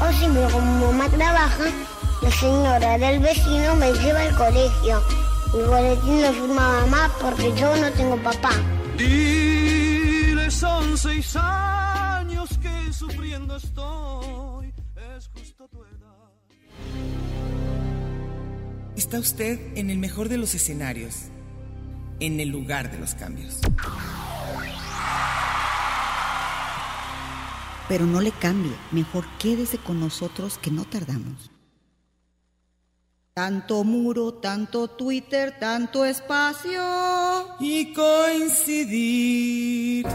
Speaker 8: O siempre Oh, como mamá trabaja, la señora del vecino me lleva al colegio. Mi boletín lo firma mamá porque yo no tengo papá.
Speaker 5: Dile son seis años que sufriendo estoy. Es justo tu edad.
Speaker 1: Está usted en el mejor de los escenarios, en el lugar de los cambios.
Speaker 9: Pero no le cambie, mejor quédese con nosotros que no tardamos. Tanto muro, tanto Twitter, tanto espacio.
Speaker 1: Y coincidir.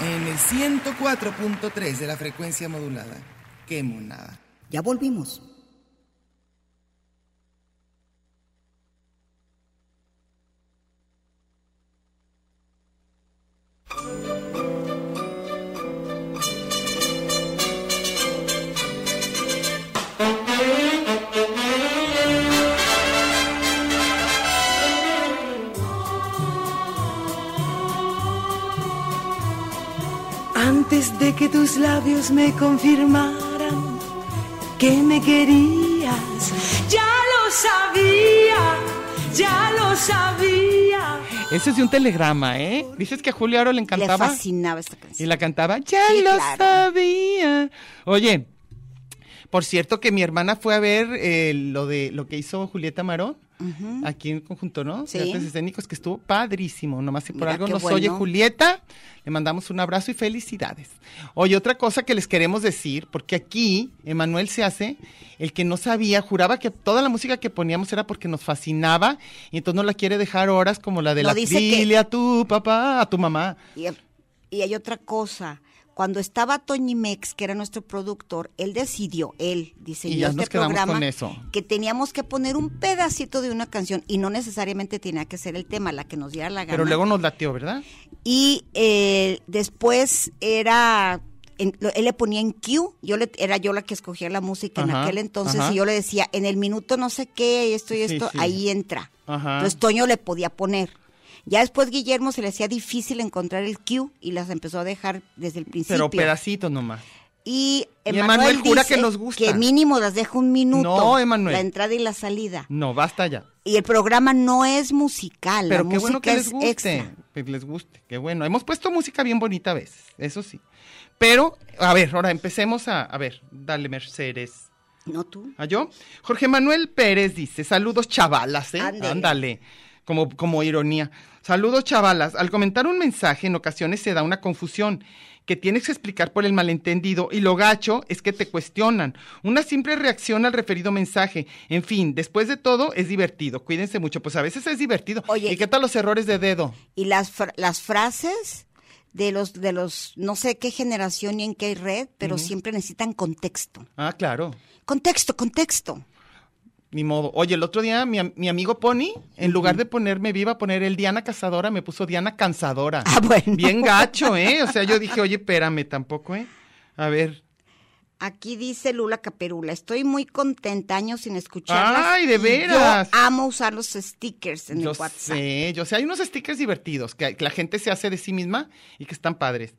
Speaker 1: En el 104.3 de la frecuencia modulada. Qué monada.
Speaker 9: Ya volvimos.
Speaker 10: Antes de que tus labios me confirmaran que me querías, ya lo sabía, ya lo sabía.
Speaker 11: Ese es de un telegrama, ¿eh? Dices que a Julio Aro le encantaba.
Speaker 4: Le fascinaba esta canción.
Speaker 11: Y la cantaba, ya
Speaker 4: Sí,
Speaker 11: lo
Speaker 4: claro.
Speaker 11: sabía. Oye,
Speaker 3: Por cierto, que mi hermana fue a ver eh, lo de lo que hizo Julieta Marón.
Speaker 4: Ujú.
Speaker 3: aquí en conjunto, ¿no?
Speaker 4: Sí.
Speaker 3: De artes escénicos, que estuvo padrísimo. Nomás si por
Speaker 4: Mira
Speaker 3: algo
Speaker 4: qué
Speaker 3: nos
Speaker 4: bueno.
Speaker 3: oye Julieta, le mandamos un abrazo y felicidades. Oye, otra cosa que les queremos decir, porque aquí Emanuel se hace el que no sabía, juraba que toda la música que poníamos era porque nos fascinaba y entonces no la quiere dejar horas como la de
Speaker 4: No,
Speaker 3: la
Speaker 4: dice que-
Speaker 3: dile a tu papá, a tu mamá.
Speaker 4: Y, y hay otra cosa. Cuando estaba Toñi Mex, que era nuestro productor, él decidió, él diseñó
Speaker 3: Y ya
Speaker 4: este
Speaker 3: nos quedamos
Speaker 4: programa
Speaker 3: con eso.
Speaker 4: que teníamos que poner un pedacito de una canción y no necesariamente tenía que ser el tema, la que nos diera la gana.
Speaker 3: Pero luego nos latió, ¿verdad?
Speaker 4: y eh, después era en- lo- él le ponía en Q, yo le, era yo la que escogía la música en
Speaker 3: Ajá,
Speaker 4: aquel entonces
Speaker 3: ajá.
Speaker 4: y yo le decía en el minuto no sé qué esto y
Speaker 3: Sí,
Speaker 4: esto
Speaker 3: sí.
Speaker 4: ahí entra.
Speaker 3: Ajá.
Speaker 4: Entonces Toño le podía poner. Ya después Guillermo se le hacía difícil encontrar el Q y las empezó a dejar desde el
Speaker 3: Pero
Speaker 4: principio.
Speaker 3: pedacitos nomás.
Speaker 4: y
Speaker 3: Y
Speaker 4: Emanuel
Speaker 3: Emanuel jura
Speaker 4: dice
Speaker 3: que nos gusta.
Speaker 4: que mínimo las deja un minuto.
Speaker 3: No, Emanuel.
Speaker 4: La entrada y la salida.
Speaker 3: No, basta ya.
Speaker 4: Y el programa no es musical,
Speaker 3: Pero
Speaker 4: la
Speaker 3: qué
Speaker 4: música
Speaker 3: bueno que les
Speaker 4: es
Speaker 3: guste.
Speaker 4: extra.
Speaker 3: Que les guste, qué bueno. Hemos puesto música bien bonita a veces, eso sí. Pero, a ver, ahora empecemos a. A ver, dale, Mercedes.
Speaker 4: No tú.
Speaker 3: ¿A ¿Ah, yo? Jorge Manuel Pérez dice: Saludos, chavalas, ¿eh?
Speaker 4: Ándale.
Speaker 3: Ándale. Como, como ironía. Saludos, chavalas. Al comentar un mensaje, en ocasiones se da una confusión que tienes que explicar por el malentendido y lo gacho es que te cuestionan. Una simple reacción al referido mensaje. En fin, después de todo, es divertido. Cuídense mucho. Pues a veces es divertido.
Speaker 4: Oye,
Speaker 3: ¿Y qué tal los errores de dedo?
Speaker 4: y las fra- las frases de los de los no sé qué generación y en qué red, pero siempre necesitan contexto.
Speaker 3: Ah, claro.
Speaker 4: Contexto, contexto.
Speaker 3: Ni modo. Oye, el otro día mi, am- mi amigo Pony, en lugar de ponerme viva, poner el Diana Cazadora, me puso Diana Cansadora.
Speaker 4: Ah, bueno.
Speaker 3: Bien gacho, ¿eh? O sea, yo dije, oye, espérame, tampoco, ¿eh? A ver.
Speaker 4: Aquí dice Lula Caperula, estoy muy contenta años sin escucharlas.
Speaker 3: Ay, de
Speaker 4: y
Speaker 3: veras.
Speaker 4: Yo amo usar los stickers en
Speaker 3: yo
Speaker 4: el WhatsApp.
Speaker 3: sé, yo sé, hay unos stickers divertidos que, que la gente se hace de sí misma y que están padres,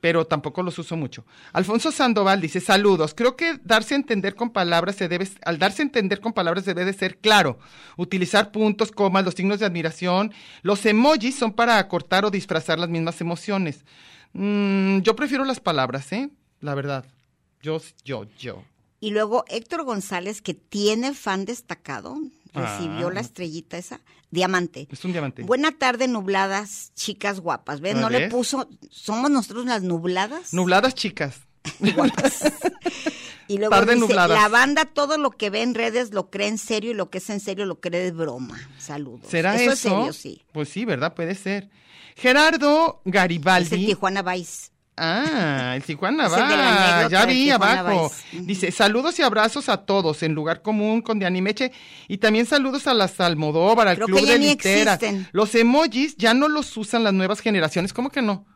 Speaker 3: pero tampoco los uso mucho. Alfonso Sandoval dice, saludos, creo que darse a entender con palabras se debe, al darse a entender con palabras debe de ser claro, utilizar puntos, comas, los signos de admiración, los emojis son para acortar o disfrazar las mismas emociones. Mm, yo prefiero las palabras, ¿eh? La verdad, yo, yo, yo.
Speaker 4: Y luego Héctor González, que tiene fan destacado, recibió
Speaker 3: Ah. Pues,
Speaker 4: la estrellita esa, diamante.
Speaker 3: Es un diamante.
Speaker 4: Buena tarde, nubladas, chicas guapas. ¿Ves?
Speaker 3: Ah,
Speaker 4: No le
Speaker 3: ¿ves?
Speaker 4: puso, somos nosotros las nubladas.
Speaker 3: Nubladas chicas.
Speaker 4: Y luego
Speaker 3: Tarde
Speaker 4: dice,
Speaker 3: nubladas.
Speaker 4: la banda todo lo que ve en redes lo cree en serio y lo que es en serio lo cree de broma. Saludos.
Speaker 3: ¿Será eso?
Speaker 4: es serio, sí.
Speaker 3: Pues sí, ¿verdad? Puede ser. Gerardo
Speaker 4: Es el
Speaker 3: Garibaldi.
Speaker 4: Tijuana Vice.
Speaker 3: Ah, el
Speaker 4: *laughs*
Speaker 3: Tijuana
Speaker 4: Es el de la
Speaker 3: va.
Speaker 4: anécdota
Speaker 3: Ya
Speaker 4: del
Speaker 3: vi
Speaker 4: Tijuana
Speaker 3: abajo.
Speaker 4: Vice. Ujú.
Speaker 3: Dice, saludos y abrazos a todos en lugar común con Diani Meche. Y también saludos a las Almodóvar, al
Speaker 4: Creo
Speaker 3: Club
Speaker 4: que ya
Speaker 3: de
Speaker 4: ni
Speaker 3: Litera.
Speaker 4: existen.
Speaker 3: Los emojis ya no los usan las nuevas generaciones. ¿Cómo que no?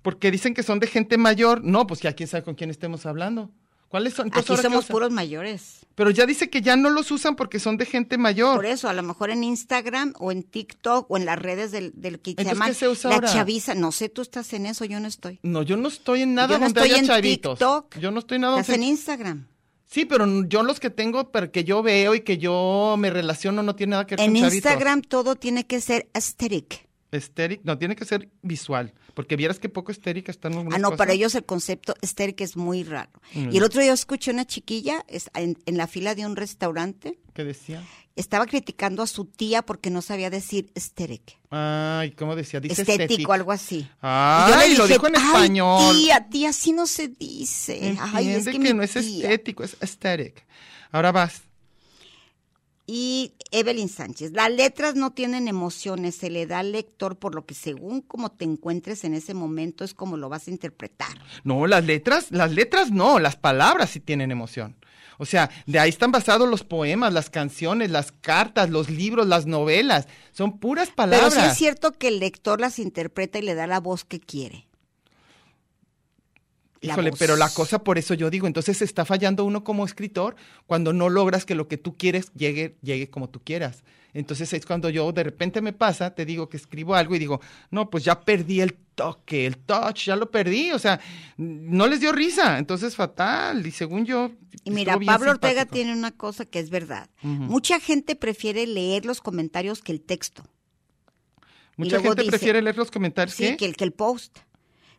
Speaker 3: Porque dicen que son de gente mayor. No, pues ya quién sabe con quién estemos hablando. ¿Cuáles son? Entonces,
Speaker 4: Aquí
Speaker 3: ¿ahora qué
Speaker 4: somos
Speaker 3: usan?
Speaker 4: puros mayores.
Speaker 3: Pero ya dice que ya no los usan porque son de gente mayor.
Speaker 4: Por eso, a lo mejor en Instagram o en TikTok o en las redes del, del que se
Speaker 3: Entonces,
Speaker 4: llaman
Speaker 3: ¿qué se usa
Speaker 4: la
Speaker 3: ahora?
Speaker 4: chaviza. No sé, tú estás en eso, yo no estoy.
Speaker 3: No, yo no estoy en nada
Speaker 4: Yo no
Speaker 3: donde
Speaker 4: estoy
Speaker 3: haya
Speaker 4: en
Speaker 3: chavitos.
Speaker 4: TikTok.
Speaker 3: Yo no estoy en nada
Speaker 4: Estás
Speaker 3: donde
Speaker 4: en Instagram.
Speaker 3: Sí, pero n- yo los que tengo, pero que yo veo y que yo me relaciono no tiene nada que ver
Speaker 4: En
Speaker 3: con chavitos.
Speaker 4: Instagram todo tiene que ser aesthetic.
Speaker 3: Estéril, no tiene que ser visual, porque vieras que poco estérica están algunas
Speaker 4: Ah, no,
Speaker 3: cosas.
Speaker 4: para ellos el concepto estéril que es muy raro.
Speaker 3: Mm.
Speaker 4: Y el otro día escuché una chiquilla es- en, en la fila de un restaurante,
Speaker 3: ¿Qué decía?
Speaker 4: estaba criticando a su tía porque no sabía decir estéric,
Speaker 3: Ay, ¿cómo decía? Dice
Speaker 4: estético,
Speaker 3: estético.
Speaker 4: algo así.
Speaker 3: Ay, lo dijo en
Speaker 4: "Ay,
Speaker 3: español.
Speaker 4: Tía, tía, así no se dice. Ay, es
Speaker 3: Entiende
Speaker 4: que,
Speaker 3: que,
Speaker 4: mi
Speaker 3: no es
Speaker 4: tía".
Speaker 3: estético, es estético. Ahora vas.
Speaker 4: Y Evelyn Sánchez, las letras no tienen emociones, se le da al lector por lo que según como te encuentres en ese momento es como lo vas a interpretar.
Speaker 3: No, las letras, las letras no, las palabras sí tienen emoción. O sea, de ahí están basados los poemas, las canciones, las cartas, los libros, las novelas. Son puras
Speaker 4: Pero
Speaker 3: palabras.
Speaker 4: sí es cierto que el lector las interpreta y le da la voz que quiere. la
Speaker 3: Híjole,
Speaker 4: voz.
Speaker 3: pero la cosa, por eso yo digo, entonces está fallando uno como escritor cuando no logras que lo que tú quieres llegue, llegue como tú quieras. Entonces es cuando yo de repente me pasa, te digo que escribo algo y digo, no, pues ya perdí el toque, el touch, ya lo perdí, o sea, no les dio risa, entonces fatal, y según yo...
Speaker 4: Y mira,
Speaker 3: estuvo bien
Speaker 4: Pablo Ortega
Speaker 3: simpático.
Speaker 4: tiene una cosa que es verdad.
Speaker 3: Ujú.
Speaker 4: Mucha gente prefiere leer los comentarios que el texto. y
Speaker 3: Mucha
Speaker 4: luego
Speaker 3: gente
Speaker 4: dice-
Speaker 3: prefiere leer los comentarios ¿eh?
Speaker 4: Sí, que el, que el post.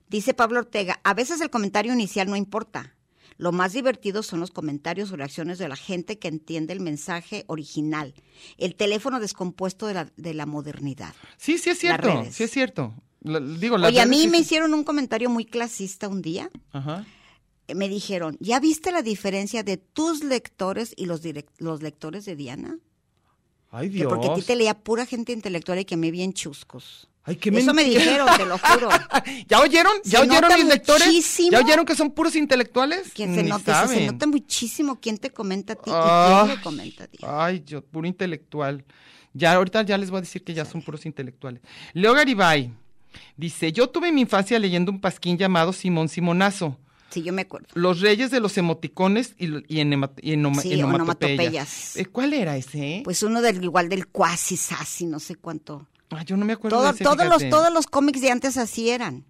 Speaker 4: Dice Pablo Ortega, a veces el comentario inicial no importa. Lo más divertido son los comentarios o reacciones de la gente que entiende el mensaje original. El teléfono descompuesto de la, de la modernidad.
Speaker 3: Sí, sí es cierto, sí es cierto. La- digo, las
Speaker 4: Oye, a
Speaker 3: redes
Speaker 4: mí
Speaker 3: sí-
Speaker 4: me hicieron un comentario muy clasista un día.
Speaker 3: Ajá.
Speaker 4: Eh, Me dijeron, ¿ya viste la diferencia de tus lectores y los, direc- los lectores de Diana?
Speaker 3: Ay,
Speaker 4: Que
Speaker 3: Dios.
Speaker 4: porque a ti te leía pura gente intelectual y que me bien chuscos.
Speaker 3: Ay, qué
Speaker 4: Eso me
Speaker 3: mentira.
Speaker 4: dijeron, te lo
Speaker 3: *laughs*
Speaker 4: juro.
Speaker 3: ¿Ya oyeron?
Speaker 4: Se
Speaker 3: ¿Ya oyeron
Speaker 4: nota
Speaker 3: mis lectores?
Speaker 4: muchísimo.
Speaker 3: ¿Ya oyeron que son puros intelectuales?
Speaker 4: Que se
Speaker 3: Ni
Speaker 4: nota, dice, se
Speaker 3: saben. Ah.
Speaker 4: nota muchísimo quién te comenta a ti y quién
Speaker 3: Ay,
Speaker 4: le comenta a ti.
Speaker 3: Ay, yo, puro intelectual. Ya, ahorita ya les voy a decir que ya son puros intelectuales. Leo Garibay dice: Yo tuve mi infancia leyendo un pasquín llamado Simón Simonazo.
Speaker 4: Sí, yo me acuerdo.
Speaker 3: Los reyes de los emoticones y, lo- y enema- y enoma-
Speaker 4: Sí, onomatopeyas.
Speaker 3: Eh, ¿Cuál era ese? eh?
Speaker 4: Pues uno del igual del cuasi sasi, no sé cuánto.
Speaker 3: Ay, Ah, yo no me acuerdo
Speaker 4: Todo-
Speaker 3: de ese,
Speaker 4: todos los
Speaker 3: fíjate.
Speaker 4: todos los cómics de antes así eran.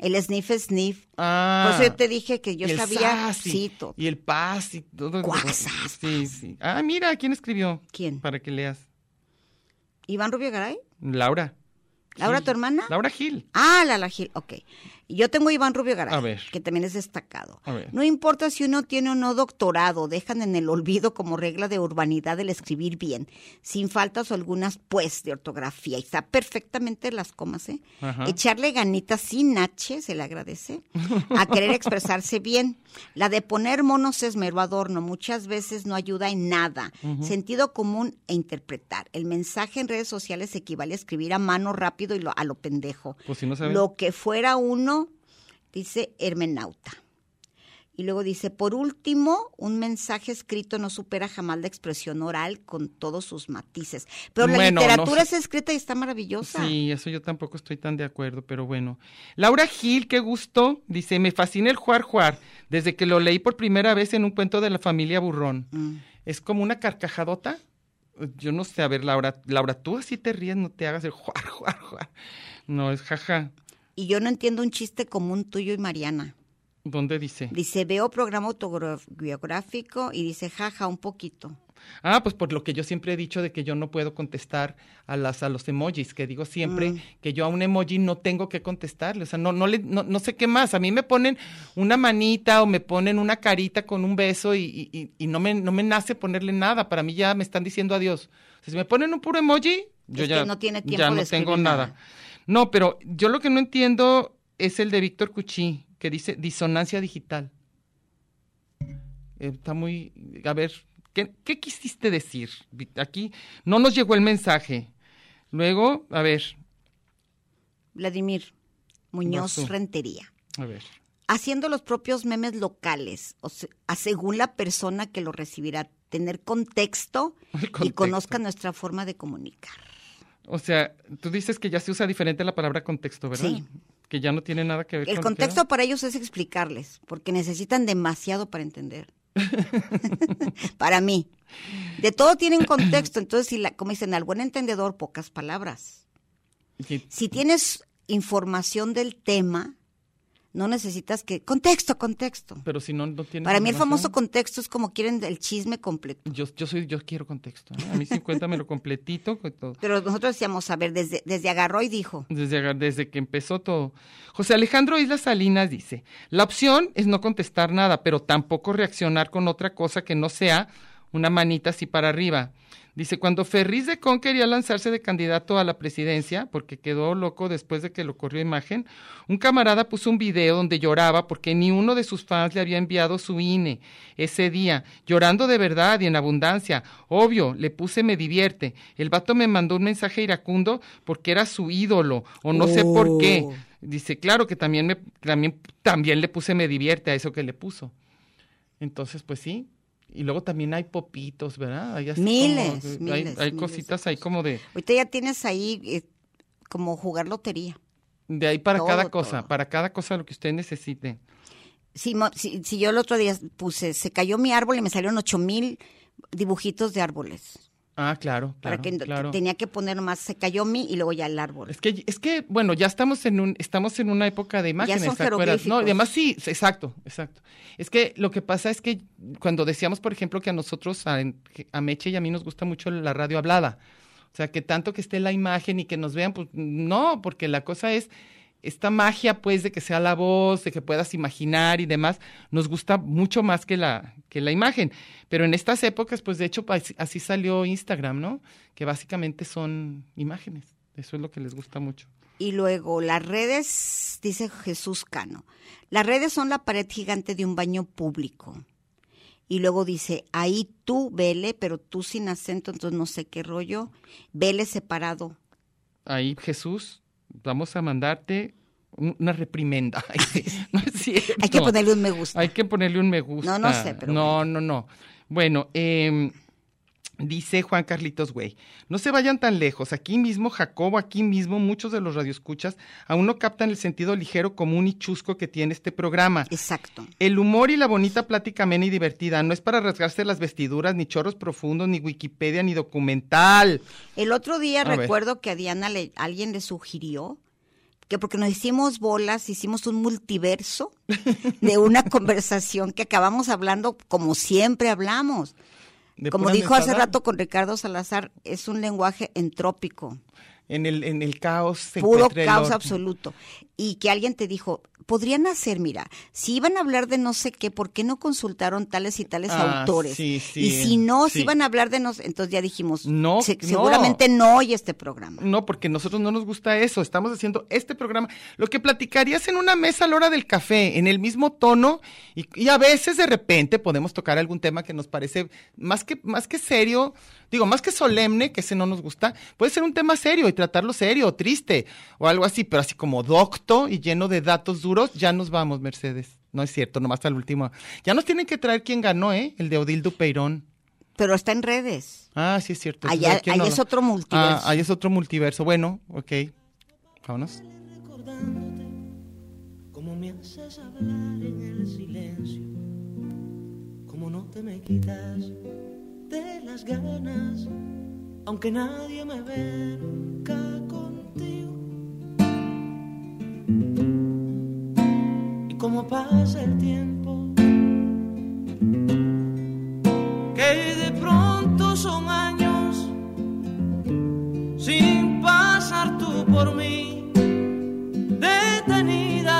Speaker 4: El sniff sniff.
Speaker 3: Ah.
Speaker 4: Por eso yo te dije que yo
Speaker 3: Y el
Speaker 4: sabía
Speaker 3: sas y-
Speaker 4: sí, todo.
Speaker 3: Y el paz y todo.
Speaker 4: Cuasas.
Speaker 3: Sí, sí. Ah, mira, ¿quién escribió?
Speaker 4: ¿Quién?
Speaker 3: Para que leas.
Speaker 4: Iván Rubio Garay,
Speaker 3: Laura.
Speaker 4: Laura
Speaker 3: Gil.
Speaker 4: tu hermana?
Speaker 3: Laura Gil.
Speaker 4: Ah, la, la Gil, ok. Y Yo tengo a Iván Rubio Garay,
Speaker 3: A ver.
Speaker 4: que también es destacado.
Speaker 3: A ver.
Speaker 4: No importa si uno tiene o no doctorado, dejan en el olvido como regla de urbanidad el escribir bien, sin faltas o algunas pues de ortografía. Y está perfectamente las comas, ¿eh?
Speaker 2: Ajá.
Speaker 4: Echarle ganitas sin H, se le agradece, a querer expresarse bien. La de poner monos es mero adorno, muchas veces no ayuda en nada.
Speaker 2: Ujú.
Speaker 4: Sentido común e interpretar. El mensaje en redes sociales equivale a escribir a mano rápido y lo- a lo pendejo.
Speaker 3: Pues si no saben.
Speaker 4: Lo que fuera uno, dice Hermenauta. Y luego dice, por último, un mensaje escrito no supera jamás la expresión oral con todos sus matices. Pero la
Speaker 3: Bueno, no
Speaker 4: literatura
Speaker 3: sé.
Speaker 4: es escrita y está maravillosa.
Speaker 3: Sí, eso yo tampoco estoy tan de acuerdo, pero bueno. Laura Gil, qué gusto. Dice, me fascina el Juar Juar, desde que lo leí por primera vez en un cuento de la familia Burrón.
Speaker 4: Mm.
Speaker 3: Es como una carcajadota. Yo no sé, a ver, Laura, Laura, tú así te ríes, no te hagas el *laughs* Juar Juar Juar. No, es jaja.
Speaker 4: Y yo no entiendo un chiste común tuyo y Mariana.
Speaker 3: ¿Dónde dice?
Speaker 4: Dice, veo programa autobiográfico y dice, jaja, un poquito.
Speaker 3: Ah, pues por lo que yo siempre he dicho de que yo no puedo contestar a las a los emojis, que digo siempre
Speaker 4: Mm.
Speaker 3: que yo a un emoji no tengo que contestarle, o sea, no no le no, no sé qué más, a mí me ponen una manita o me ponen una carita con un beso y, y- y- y no me no me nace ponerle nada, para mí ya me están diciendo adiós. O sea, si me ponen un puro emoji, yo
Speaker 4: Es
Speaker 3: ya
Speaker 4: que no tiene tiempo
Speaker 3: ya
Speaker 4: de
Speaker 3: no
Speaker 4: escribir
Speaker 3: tengo nada.
Speaker 4: nada.
Speaker 3: No, pero yo lo que no entiendo es el de Víctor Cuchí, que dice disonancia digital. Eh, Está muy. A ver, ¿qué, qué quisiste decir? Vi- Aquí no nos llegó el mensaje. Luego, a ver,
Speaker 4: Vladimir Muñoz
Speaker 3: Vas tú.
Speaker 4: Rentería.
Speaker 3: a ver. *laughs*
Speaker 4: Haciendo los propios memes locales, o se- a según la persona que lo recibirá, tener contexto, y
Speaker 3: contexto.
Speaker 4: conozca nuestra forma de comunicar.
Speaker 3: O sea, tú dices que ya se usa diferente la palabra contexto, ¿verdad?
Speaker 4: Sí.
Speaker 3: Que ya no tiene nada que ver
Speaker 4: El
Speaker 3: con lo que
Speaker 4: contexto
Speaker 3: era.
Speaker 4: para ellos es explicarles, porque necesitan demasiado para
Speaker 3: *laughs*
Speaker 4: entender. para mí. De todo tienen contexto, entonces, si la- como dicen, al buen entendedor, pocas palabras.
Speaker 3: Sí.
Speaker 4: Si tienes información del tema, no necesitas que... Contexto, contexto.
Speaker 3: Pero si no, no tiene.
Speaker 4: Para mí el
Speaker 3: información.
Speaker 4: famoso contexto es como quieren el chisme completo.
Speaker 3: Yo, yo soy, yo quiero contexto. ¿eh? A mí sí, cuéntamelo completito. con todo.
Speaker 4: Pero nosotros decíamos, a ver, desde, desde agarró y dijo.
Speaker 3: Desde, aga- desde que empezó todo. José Alejandro Islas Salinas dice, la opción es no contestar nada, pero tampoco reaccionar con otra cosa que no sea una manita así para arriba. Dice, cuando Ferriz de Con quería lanzarse de candidato a la presidencia, porque quedó loco después de que lo corrió imagen, un camarada puso un video donde lloraba porque ni uno de sus fans le había enviado su INE ese día, llorando de verdad y en abundancia. Obvio, le puse me divierte. El vato me mandó un mensaje iracundo porque era su ídolo, o no sé por qué.
Speaker 12: Oh.
Speaker 3: Dice, claro que también, me, también, también le puse me divierte a eso que le puso. Entonces, pues sí. Y luego también hay popitos, ¿verdad? Hay así como-
Speaker 4: Miles,
Speaker 3: hay-
Speaker 4: miles,
Speaker 3: hay
Speaker 4: miles de
Speaker 3: cositas ahí como de...
Speaker 4: Ahorita ya tienes ahí eh, como jugar lotería.
Speaker 3: De ahí para
Speaker 4: Todo,
Speaker 3: cada cosa, para cada cosa lo que usted necesite.
Speaker 4: Si, mo- si, si yo el otro día puse, se cayó mi árbol y me salieron ocho mil dibujitos de árboles.
Speaker 3: Ah, claro, claro,
Speaker 4: para que no-
Speaker 3: claro.
Speaker 4: tenía que poner más, se cayó mi y luego ya el árbol.
Speaker 3: Es que, es que, bueno, ya estamos en un, estamos en una época de imágenes,
Speaker 4: son
Speaker 3: ¿te acuerdas? No,
Speaker 4: jeroglíficos.
Speaker 3: y además sí, sí, exacto, exacto. Es que lo que pasa es que cuando decíamos, por ejemplo, que a nosotros, a, a Meche y a mí nos gusta mucho la radio hablada, o sea, que tanto que esté la imagen y que nos vean, pues no, porque la cosa es esta magia, pues, de que sea la voz, de que puedas imaginar y demás, nos gusta mucho más que la, que la imagen. Pero en estas épocas, pues, de hecho, así, así salió Instagram, ¿no? Que básicamente son imágenes. Eso es lo que les gusta mucho.
Speaker 4: Y luego, las redes, dice Jesús Cano, las redes son la pared gigante de un baño público. Y luego dice, ahí tú vele, pero tú sin acento, entonces no sé qué rollo, vele separado.
Speaker 3: Ahí Jesús, vamos a mandarte una reprimenda. *laughs* no es cierto.
Speaker 4: Hay que ponerle un me gusta.
Speaker 3: Hay que ponerle un me gusta.
Speaker 4: No, no sé, pero
Speaker 3: No,
Speaker 4: bueno.
Speaker 3: no, no. Bueno, eh, Dice Juan Carlitos Güey, no se vayan tan lejos, aquí mismo Jacobo, aquí mismo muchos de los radioescuchas aún no captan el sentido ligero, común y chusco que tiene este programa.
Speaker 4: Exacto.
Speaker 3: El humor y la bonita plática amena y divertida no es para rasgarse las vestiduras, ni chorros profundos, ni Wikipedia, ni documental.
Speaker 4: El otro día
Speaker 3: A ver.
Speaker 4: recuerdo que a Diana le, alguien le sugirió que porque nos hicimos bolas, hicimos un
Speaker 3: *laughs*
Speaker 4: multiverso de una conversación que acabamos hablando como siempre hablamos.
Speaker 3: De
Speaker 4: Como
Speaker 3: pura
Speaker 4: dijo hace
Speaker 3: mentada.
Speaker 4: rato con Ricardo Salazar, es un lenguaje entrópico,
Speaker 3: En el, en el caos se
Speaker 4: puro
Speaker 3: encuentra el
Speaker 4: caos
Speaker 3: orden.
Speaker 4: absoluto. Y que alguien te dijo, podrían hacer, mira, si iban a hablar de no sé qué, ¿por qué no consultaron tales y tales
Speaker 3: Ah,
Speaker 4: autores?
Speaker 3: sí, sí,
Speaker 4: y si no, si
Speaker 3: sí.
Speaker 4: iban a hablar de no sé- entonces ya dijimos,
Speaker 3: No,
Speaker 4: "Se-
Speaker 3: no.
Speaker 4: seguramente no oye este programa.
Speaker 3: No, porque nosotros no nos gusta eso. Estamos haciendo este programa. Lo que platicarías en una mesa a la hora del café, en el mismo tono, y, y a veces de repente podemos tocar algún tema que nos parece más que, más que serio, digo, más que solemne, que ese no nos gusta. Puede ser un tema serio y tratarlo serio, o triste, o algo así, pero así como docto y lleno de datos duros, ya nos vamos, Mercedes. No es cierto, nomás al último. Ya nos tienen que traer quién ganó, ¿eh? El de Odildo Peirón.
Speaker 4: Pero está en redes.
Speaker 3: Ah, sí es cierto.
Speaker 4: Ahí-
Speaker 3: Entonces, ¿a quién
Speaker 4: ahí
Speaker 3: no
Speaker 4: es
Speaker 3: lo-
Speaker 4: otro multiverso.
Speaker 3: Ah, ahí es otro multiverso. Bueno, ok. Vámonos.
Speaker 2: recordándote como me haces hablar en el silencio, como no te me quitas de las ganas, aunque nadie me venga contigo. Y como pasa el tiempo, que de pronto son años sin pasar tú por mí detenida.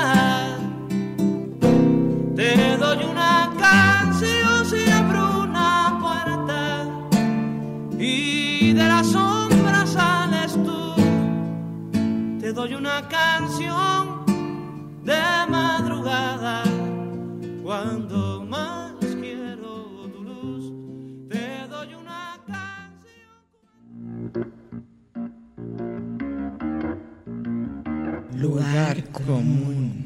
Speaker 2: Te doy una canción si abro una puerta y de la sombra sales tú. Te doy una canción de madrugada cuando más quiero tu luz. Te doy una canción.
Speaker 13: Lugar común.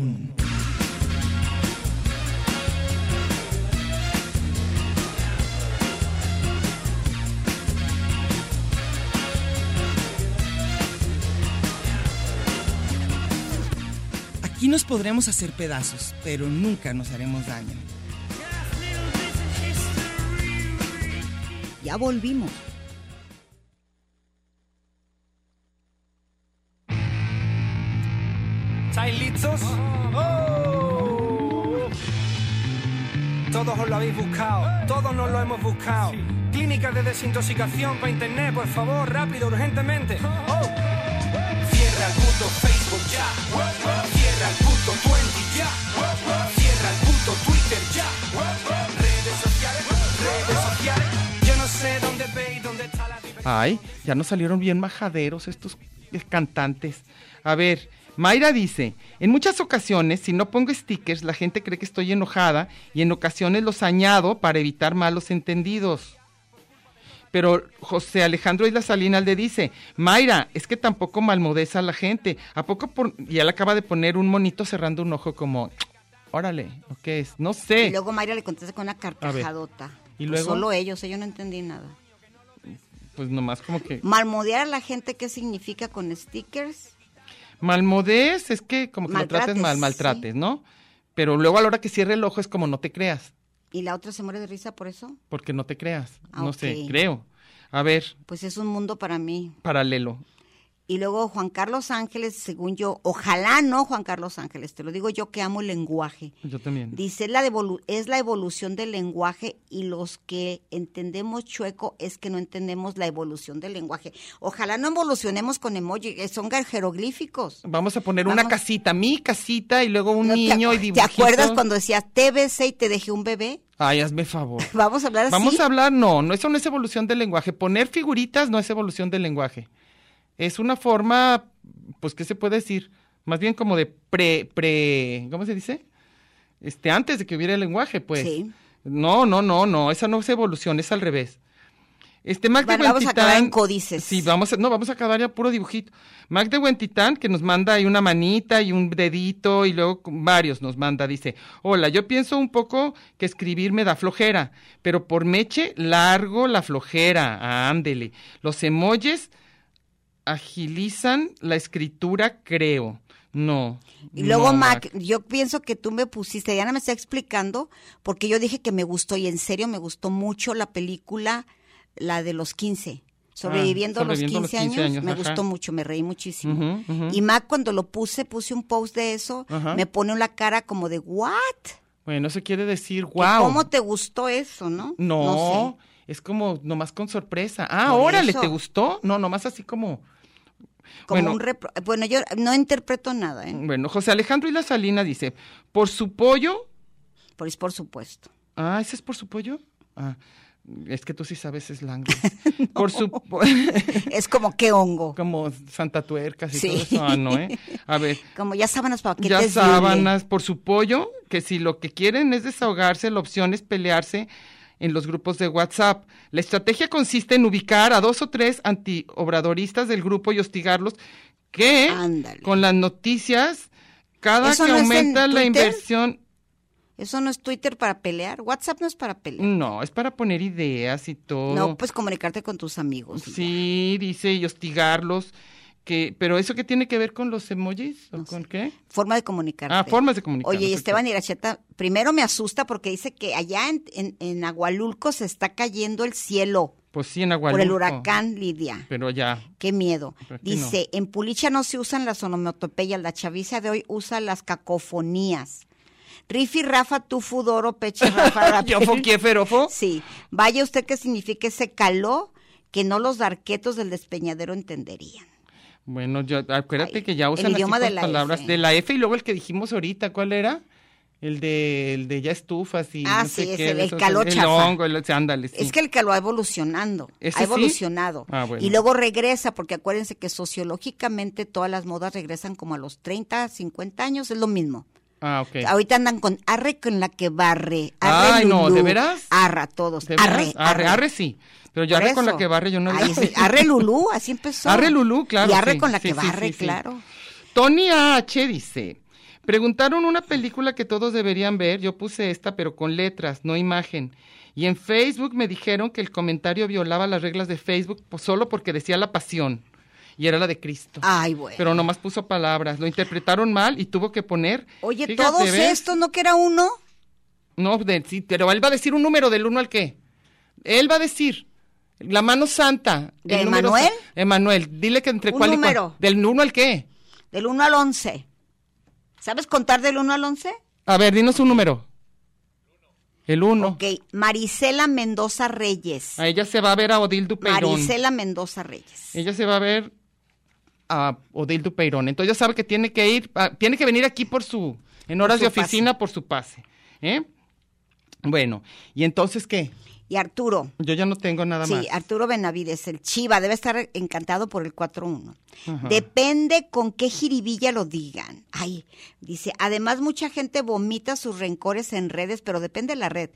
Speaker 13: Aquí nos podremos hacer pedazos, pero nunca nos haremos daño.
Speaker 14: Ya volvimos.
Speaker 1: ¿Estáis Oh. Todos os lo habéis buscado, todos nos lo hemos buscado. Clínica de desintoxicación para internet, por favor, rápido, urgentemente. Oh. Cierra el puto Facebook ya. Cierra el puto Twenty ya. Cierra el puto Twitter ya. Redes sociales, redes sociales. Yo no sé dónde ve y dónde está la diversión.
Speaker 3: Ay, ya nos salieron bien majaderos estos cantantes. A ver, Mayra dice, en muchas ocasiones, si no pongo stickers, la gente cree que estoy enojada y en ocasiones los añado para evitar malos entendidos. Pero José Alejandro Isla Salinas le dice, Mayra, es que tampoco malmodesa a la gente. ¿A poco por... Y él acaba de poner un monito cerrando un ojo como, órale, ¿o qué es? No sé.
Speaker 4: Y luego Mayra le contesta con una carcajadota.
Speaker 3: ¿Y
Speaker 4: Pues
Speaker 3: luego?
Speaker 4: solo ellos, ellos no entendí nada.
Speaker 3: Pues nomás como que...
Speaker 4: Marmodear a la gente, ¿qué significa con stickers?
Speaker 3: Malmodés es que como que
Speaker 4: Maltrates,
Speaker 3: lo trates mal, maltrates, ¿no? Pero luego a la hora que cierre el ojo es como no te creas,
Speaker 4: ¿Y la otra se muere de risa por eso?
Speaker 3: porque no te creas.
Speaker 4: Ah,
Speaker 3: no
Speaker 4: ok.
Speaker 3: sé, creo. A ver,
Speaker 4: Pues es un mundo para mí.
Speaker 3: paralelo.
Speaker 4: Y luego Juan Carlos Ángeles, según yo, ojalá no Juan Carlos Ángeles, te lo digo yo que amo el lenguaje.
Speaker 3: Yo también.
Speaker 4: Dice, la devolu- es la evolución del lenguaje y los que entendemos chueco es que no entendemos la evolución del lenguaje. Ojalá no evolucionemos con emoji, eh, son gar- jeroglíficos.
Speaker 3: Vamos a poner una
Speaker 4: Vamos.
Speaker 3: casita, mi casita y luego un
Speaker 4: ¿No te
Speaker 3: niño y
Speaker 4: acu- ¿Te
Speaker 3: dibujitos.
Speaker 4: acuerdas cuando decías te besé y te dejé un bebé?
Speaker 3: Ay,
Speaker 4: *laughs*
Speaker 3: hazme favor.
Speaker 4: Vamos a hablar así.
Speaker 3: Vamos a hablar, no, no, eso no es evolución del lenguaje. Poner figuritas no es evolución del lenguaje. Es una forma, pues, ¿qué se puede decir? Más bien como de pre, pre, ¿cómo se dice? Este, antes de que hubiera el lenguaje, pues.
Speaker 4: Sí.
Speaker 3: No, no, no, no, esa no es evolución, es al revés. Este, Mac
Speaker 4: Bueno,
Speaker 3: de
Speaker 4: vamos a
Speaker 3: Huentitán-
Speaker 4: acabar en códices.
Speaker 3: Sí, vamos a, no, vamos a acabar ya puro dibujito. Mac de Huentitán, que nos manda ahí una manita y un dedito y luego con- varios nos manda, dice, hola, yo pienso un poco que escribir me da flojera, pero por meche largo la flojera, Ah, ándele. Los emojis agilizan la escritura, creo. No.
Speaker 4: Y luego,
Speaker 3: no,
Speaker 4: Mac, yo pienso que tú me pusiste, Diana me está explicando, porque yo dije que me gustó y en serio me gustó mucho la película, la de los 15. Sobreviviendo,
Speaker 3: Ah,
Speaker 4: los, 15
Speaker 3: sobreviviendo los 15
Speaker 4: años,
Speaker 3: años,
Speaker 4: me
Speaker 3: ajá.
Speaker 4: gustó mucho, me reí muchísimo.
Speaker 3: Ujú, ujú.
Speaker 4: Y Mac, cuando lo puse, puse un post de eso,
Speaker 3: Ajá.
Speaker 4: me pone una cara como de, ¿what?
Speaker 3: Bueno, eso quiere decir,
Speaker 4: ¿Que
Speaker 3: wow.
Speaker 4: ¿Cómo te gustó eso, no?
Speaker 3: No,
Speaker 4: No
Speaker 3: es como nomás con sorpresa. Ah,
Speaker 4: Por
Speaker 3: órale,
Speaker 4: eso.
Speaker 3: ¿te gustó? No, nomás así como.
Speaker 4: sé, como
Speaker 3: bueno.
Speaker 4: un repro- Bueno, yo no interpreto nada, ¿eh?
Speaker 3: Bueno, José Alejandro y la Salina dice, por su pollo.
Speaker 4: Por, por supuesto.
Speaker 3: Ah, ¿ese es por su pollo? Ah, es que tú sí sabes slang.
Speaker 4: *laughs*
Speaker 3: Por su.
Speaker 4: es como qué
Speaker 3: *laughs*
Speaker 4: hongo.
Speaker 3: Como Santa Tuercas y
Speaker 4: Sí.
Speaker 3: todo eso. Ah, no, ¿eh? A ver.
Speaker 4: Como ya sábanas para que
Speaker 3: ya
Speaker 4: te
Speaker 3: sábanas por su pollo, que si lo que quieren es desahogarse, la opción es pelearse en los grupos de WhatsApp. La estrategia consiste en ubicar a dos o tres antiobradoristas del grupo y hostigarlos que
Speaker 4: Ándale.
Speaker 3: con las noticias cada
Speaker 4: ¿Eso
Speaker 3: que
Speaker 4: no es en
Speaker 3: aumenta la
Speaker 4: Twitter?
Speaker 3: inversión
Speaker 4: Eso no es Twitter para pelear. WhatsApp no es para pelear.
Speaker 3: no, es para poner ideas y todo.
Speaker 4: No, pues comunicarte con tus amigos. y ya.
Speaker 3: sí, dice y hostigarlos que pero eso qué tiene que ver con los emojis o con qué?
Speaker 4: Forma de comunicarte.
Speaker 3: Ah, formas de comunicarnos,
Speaker 4: Oye, y
Speaker 3: ok.
Speaker 4: Esteban Iracheta, primero me asusta porque dice que allá en, en, en Agualulco se está cayendo el cielo
Speaker 3: Pues sí, en
Speaker 4: por el
Speaker 3: Agualulco.
Speaker 4: huracán Lidia.
Speaker 3: Pero ya,
Speaker 4: Qué miedo.
Speaker 3: Pero aquí
Speaker 4: Dice, en Pulicha no se usan las onomatopeyas, la chaviza de hoy usa las cacofonías. Rifi, Rafa, tú, Fudoro, Peche, Rafa, Rafa.
Speaker 3: *laughs* Yo foqué ferofo.
Speaker 4: Sí. Vaya usted qué significa ese caló que no los darquetos del despeñadero entenderían.
Speaker 3: Bueno, yo, acuérdate
Speaker 4: Ay,
Speaker 3: que ya
Speaker 4: el
Speaker 3: usan
Speaker 4: idioma de
Speaker 3: las
Speaker 4: la
Speaker 3: palabras
Speaker 4: F.
Speaker 3: de la F y luego el que dijimos ahorita, ¿cuál era? El de, el de ya estufas y
Speaker 4: Ah,
Speaker 3: no sé
Speaker 4: sí, es
Speaker 3: qué,
Speaker 4: el-
Speaker 3: de
Speaker 4: el
Speaker 3: esos,
Speaker 4: caló
Speaker 3: el,
Speaker 4: chafa.
Speaker 3: hongo, el, sí, ándale, sí.
Speaker 4: Es que el caló va evolucionando,
Speaker 3: ¿Ese
Speaker 4: ha
Speaker 3: sí?
Speaker 4: evolucionado.
Speaker 3: Ah, bueno.
Speaker 4: Y luego regresa, porque acuérdense que sociológicamente todas las modas regresan como a los 30, 50 años, es lo mismo.
Speaker 3: Ah, ok.
Speaker 4: Ahorita andan con arre con la que barre. Arre
Speaker 3: Ay, no,
Speaker 4: Lulú,
Speaker 3: ¿de veras?
Speaker 4: Arra todos.
Speaker 3: ¿De
Speaker 4: Arre,
Speaker 3: veras? arre, arre sí. Pero yo
Speaker 4: Por
Speaker 3: arre con la
Speaker 4: eso.
Speaker 3: que barre yo no
Speaker 4: Ay,
Speaker 3: lo
Speaker 4: sí, Arre Lulú, así empezó.
Speaker 3: Arre Lulú, claro.
Speaker 4: Y arre
Speaker 3: sí,
Speaker 4: con la
Speaker 3: sí,
Speaker 4: que
Speaker 3: sí, sí,
Speaker 4: barre,
Speaker 3: sí.
Speaker 4: claro.
Speaker 3: *laughs* Tony H dice, preguntaron una película que todos deberían ver, yo puse esta pero con letras, no imagen. Y en Facebook me dijeron que el comentario violaba las reglas de Facebook pues, solo porque decía la pasión. Y era la de Cristo.
Speaker 4: Ay, bueno.
Speaker 3: Pero nomás puso palabras, lo interpretaron mal y tuvo que poner...
Speaker 4: Oye,
Speaker 3: Fíjate,
Speaker 4: todos
Speaker 3: ¿ves?
Speaker 4: estos, ¿no que era uno?
Speaker 3: No, de- sí, pero él va a decir un número del uno al qué. Él va a decir la mano santa.
Speaker 4: ¿De
Speaker 3: el número
Speaker 4: Emanuel?
Speaker 3: sa- Emanuel, dile que entre
Speaker 4: Un
Speaker 3: cuál y cuál.
Speaker 4: número.
Speaker 3: Del uno al qué.
Speaker 4: Del 1 al 11. ¿Sabes contar del 1 al 11?
Speaker 3: A ver, dinos un número. El uno.
Speaker 4: Ok, Marisela Mendoza Reyes.
Speaker 3: A ella se va a ver a Odildu Peirón.
Speaker 4: Marisela Mendoza Reyes.
Speaker 3: Ella se va a ver a Odildu Peirón. Entonces ya sabe que tiene que ir, a- tiene que venir aquí por su, en horas
Speaker 4: su
Speaker 3: de oficina por su pase. ¿eh? Bueno, ¿y entonces qué?
Speaker 4: Y Arturo.
Speaker 3: Yo ya no tengo nada
Speaker 4: Sí,
Speaker 3: más.
Speaker 4: Arturo Benavides, el Chiva, debe estar encantado por el 4-1. Depende con qué jiribilla lo digan. Ay, dice, además mucha gente vomita sus rencores en redes, pero depende de la red.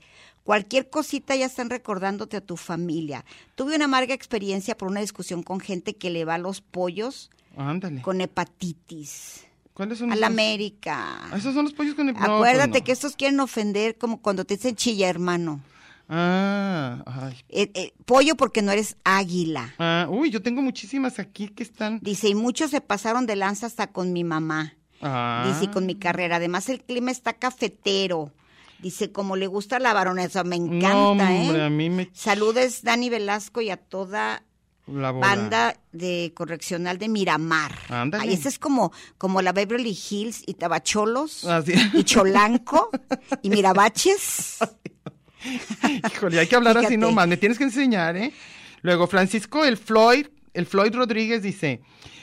Speaker 4: Cualquier cosita ya están recordándote a tu familia. Tuve una amarga experiencia por una discusión con gente que le va a los pollos
Speaker 3: Ándale.
Speaker 4: con hepatitis.
Speaker 3: ¿Cuáles son
Speaker 4: A
Speaker 3: los-
Speaker 4: la América.
Speaker 3: Ah, Esos son los pollos con el no, pues
Speaker 4: Acuérdate
Speaker 3: no.
Speaker 4: que estos quieren ofender como cuando te dicen chilla, hermano.
Speaker 3: Ah, ay.
Speaker 4: Eh, eh, pollo porque no eres águila.
Speaker 3: Ah, uy, yo tengo muchísimas aquí que están.
Speaker 4: Dice, y muchos se pasaron de lanza hasta con mi mamá.
Speaker 3: Ah.
Speaker 4: Dice, y con mi carrera. Además, el clima está cafetero. Dice, como le gusta la baronesa, me encanta,
Speaker 3: No, hombre,
Speaker 4: ¿eh?
Speaker 3: a mí me
Speaker 4: Saludes, Dani Velasco, y a toda
Speaker 3: la bola.
Speaker 4: banda de correccional de Miramar.
Speaker 3: Ándale.
Speaker 4: Ahí este es como, como la Beverly Hills y Tabacholos y
Speaker 3: Así. *laughs*
Speaker 4: Cholanco y Mirabaches.
Speaker 3: Híjole, hay que hablar así
Speaker 4: Fíjate.
Speaker 3: nomás, me tienes que enseñar, ¿eh? Luego, Francisco, el Floyd, el Floyd Rodríguez dice,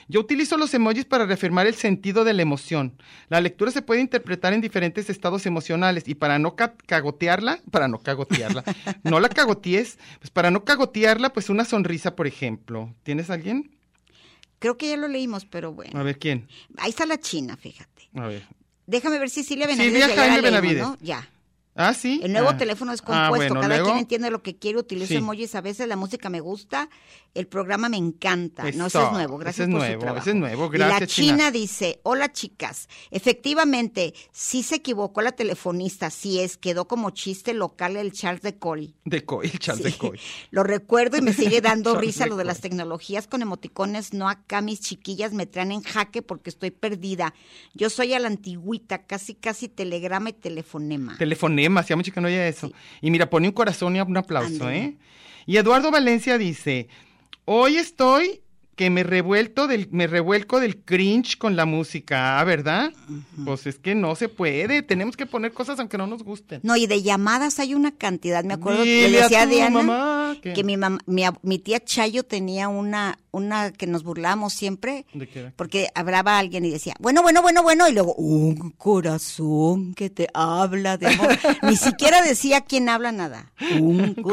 Speaker 3: yo utilizo los emojis para reafirmar el sentido de la emoción. La lectura se puede interpretar en diferentes estados emocionales y para no ca- cagotearla, para no cagotearla, *laughs* no la cagotees, pues para no cagotearla, pues una sonrisa, por ejemplo. ¿Tienes alguien?
Speaker 4: Creo que ya lo leímos, pero bueno.
Speaker 3: A ver, ¿quién?
Speaker 4: Ahí está la China, fíjate.
Speaker 3: A ver.
Speaker 4: Déjame ver si Silvia Benavides.
Speaker 3: Silvia
Speaker 4: ya la
Speaker 3: Jaime
Speaker 4: leímos,
Speaker 3: Benavides.
Speaker 4: ¿no? Ya.
Speaker 3: Ah, sí.
Speaker 4: El nuevo
Speaker 3: Ah.
Speaker 4: teléfono es
Speaker 3: Ah,
Speaker 4: compuesto,
Speaker 3: bueno,
Speaker 4: cada
Speaker 3: luego-
Speaker 4: quien entiende lo que quiere, utilizo
Speaker 3: Sí.
Speaker 4: emojis a veces, la música me gusta, el programa me encanta. No, eso
Speaker 3: Eso,
Speaker 4: es nuevo,
Speaker 3: ese
Speaker 4: gracias
Speaker 3: es
Speaker 4: por su
Speaker 3: nuevo,
Speaker 4: trabajo.
Speaker 3: ese es nuevo,
Speaker 4: Y la
Speaker 3: gracias,
Speaker 4: China,
Speaker 3: China.
Speaker 4: dice, hola chicas, efectivamente, sí se equivocó la telefonista, sí es, quedó como chiste local el Charles de Cory.
Speaker 3: De Coy, Charles de Coy.
Speaker 4: Lo recuerdo y me sigue
Speaker 3: *laughs*
Speaker 4: dando
Speaker 3: Charles
Speaker 4: risa lo de
Speaker 3: de
Speaker 4: las tecnologías con emoticones. No acá mis chiquillas me traen en jaque porque estoy perdida. Yo soy a la antigüita, casi casi telegrama y telefonema.
Speaker 3: Telefonema, hacía mucho que no oía eso. Y mira, pone un corazón y un aplauso,
Speaker 4: Ándale.
Speaker 3: ¿eh? Y Eduardo Valencia dice, hoy estoy que me revuelto del, me revuelco del cringe con la música, Ah, ¿verdad? Pues es que no se puede, tenemos que poner cosas aunque no nos gusten.
Speaker 4: No, y de llamadas hay una cantidad. Me acuerdo que
Speaker 3: Dile
Speaker 4: le
Speaker 3: a
Speaker 4: decía a
Speaker 3: tu
Speaker 4: Diana
Speaker 3: mamá que-
Speaker 4: que, mi, mam- mi, ab- mi tía Chayo tenía una, una que nos burlábamos siempre
Speaker 3: ¿De qué era?
Speaker 4: porque hablaba alguien y decía, bueno, bueno, bueno, bueno, y luego, un corazón que te habla de
Speaker 3: *laughs*
Speaker 4: amor. Ni siquiera decía quién habla nada. Un corazón.